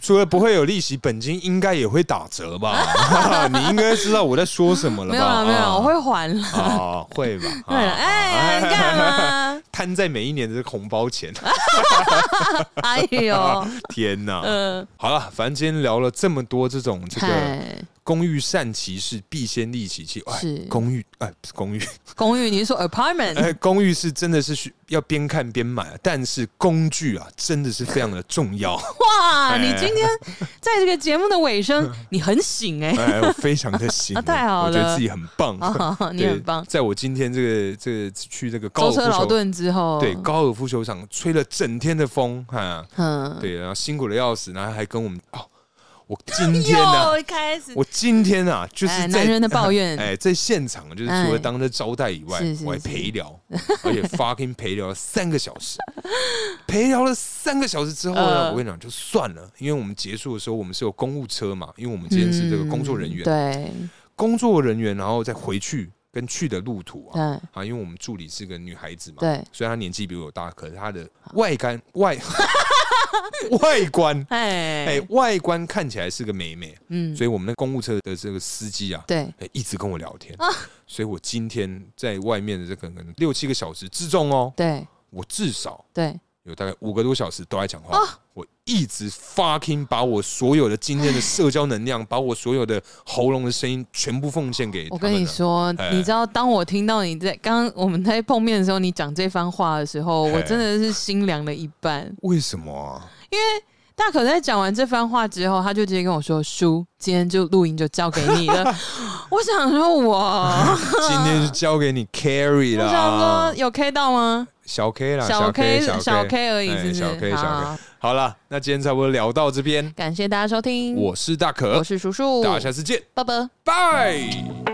[SPEAKER 3] 除了不会有利息，本金应该也会打折 吧？你应该知道我在说什么了吧？
[SPEAKER 2] 没有了没有
[SPEAKER 3] 啊
[SPEAKER 2] 啦，我会还了。
[SPEAKER 3] 啊，会 吧？
[SPEAKER 2] 对了，
[SPEAKER 3] 啊
[SPEAKER 2] 哎呀，你干嘛？
[SPEAKER 3] 摊在每一年的红包 钱，
[SPEAKER 2] 哎呦，
[SPEAKER 3] 天哪！
[SPEAKER 2] 嗯，
[SPEAKER 3] 好了，反正今天聊了这么多这种这个
[SPEAKER 2] 嗨，
[SPEAKER 3] 公寓善其事，必先利其器。哎
[SPEAKER 2] 是，
[SPEAKER 3] 公寓，哎，不是公寓，
[SPEAKER 2] 公寓，你是说
[SPEAKER 3] 哎
[SPEAKER 2] apartment？，
[SPEAKER 3] 公寓是真的是需要边看边买，但是工具啊，真的是非常的重 要。
[SPEAKER 2] 哇，
[SPEAKER 3] 哎
[SPEAKER 2] 你今天在这个节目的尾声，你很醒哎，
[SPEAKER 3] 哎，我非常的幸运，
[SPEAKER 2] 啊太好
[SPEAKER 3] 我觉得
[SPEAKER 2] 了
[SPEAKER 3] 自己很棒。
[SPEAKER 2] 哦，你
[SPEAKER 3] 对
[SPEAKER 2] 很棒。
[SPEAKER 3] 在我今天这个这个去这个高
[SPEAKER 2] 舟
[SPEAKER 3] 尔夫
[SPEAKER 2] 车劳
[SPEAKER 3] 球
[SPEAKER 2] 顿之后，
[SPEAKER 3] 对，高尔夫球场吹了整天的风，哈、
[SPEAKER 2] 嗯，
[SPEAKER 3] 对，然后辛苦的要死，然后还跟我们哦，我今天呢、
[SPEAKER 2] 又开始，
[SPEAKER 3] 我今天啊，就是在、
[SPEAKER 2] 哎男人的抱 怨
[SPEAKER 3] 哎，在现场就是除了当着招待以外，
[SPEAKER 2] 哎是是
[SPEAKER 3] 我还
[SPEAKER 2] 是
[SPEAKER 3] 陪聊， 而且 fucking 陪聊了三个小 时，陪聊了三个小时之后呢，
[SPEAKER 2] 呃
[SPEAKER 3] 我跟你讲就算了，因为我们结束的时候我们是有公务车嘛，因为我们今天是这个工作人员，
[SPEAKER 2] 嗯对
[SPEAKER 3] 工作人员然后再回去跟去的路途啊，
[SPEAKER 2] 对
[SPEAKER 3] 啊，因为我们助理是个女孩子嘛，
[SPEAKER 2] 对，
[SPEAKER 3] 虽然她年纪比我大，可是她的外观外 外观，哎、
[SPEAKER 2] 哎，
[SPEAKER 3] 外观看起来是个妹妹，
[SPEAKER 2] 嗯，
[SPEAKER 3] 所以我们那公务车的这个司机啊，
[SPEAKER 2] 对，啊
[SPEAKER 3] 哎一直跟我聊天，所以我今天在外面的这个可能六七个小时之中哦，
[SPEAKER 2] 对
[SPEAKER 3] 我至少
[SPEAKER 2] 对，
[SPEAKER 3] 有大概五个多小时都在讲话，
[SPEAKER 2] 啊
[SPEAKER 3] 我一直 fucking 把我所有的今天的社交能 量，把我所有的喉咙的声音全部奉献给
[SPEAKER 2] 我
[SPEAKER 3] 他
[SPEAKER 2] 跟
[SPEAKER 3] 们啊
[SPEAKER 2] 你
[SPEAKER 3] 了。
[SPEAKER 2] 说，
[SPEAKER 3] 哎
[SPEAKER 2] 你知道，当我听到你在刚刚我们在碰面的时候，你讲这番话的时候，
[SPEAKER 3] 哎
[SPEAKER 2] 我真的是心凉了一半。
[SPEAKER 3] 为什么 啊？
[SPEAKER 2] 大可在讲完这番话之后，他就直接跟我说：“叔，今天就录音就交给你了。” 我想说我，
[SPEAKER 3] 今天就交给你 carry
[SPEAKER 2] 我
[SPEAKER 3] 了
[SPEAKER 2] 想
[SPEAKER 3] 啊
[SPEAKER 2] 说，有 K 到吗？
[SPEAKER 3] 小 K 啦，
[SPEAKER 2] 小
[SPEAKER 3] K
[SPEAKER 2] 小
[SPEAKER 3] K
[SPEAKER 2] K 而已，
[SPEAKER 3] 哎
[SPEAKER 2] 是不是？
[SPEAKER 3] 小 K，小 K
[SPEAKER 2] 好，
[SPEAKER 3] 好了，那今天差不多聊到这边。
[SPEAKER 2] 感谢大家收听，
[SPEAKER 3] 我是大可
[SPEAKER 2] 我，是叔叔，
[SPEAKER 3] 大家下次见，
[SPEAKER 2] 拜拜。
[SPEAKER 3] 拜。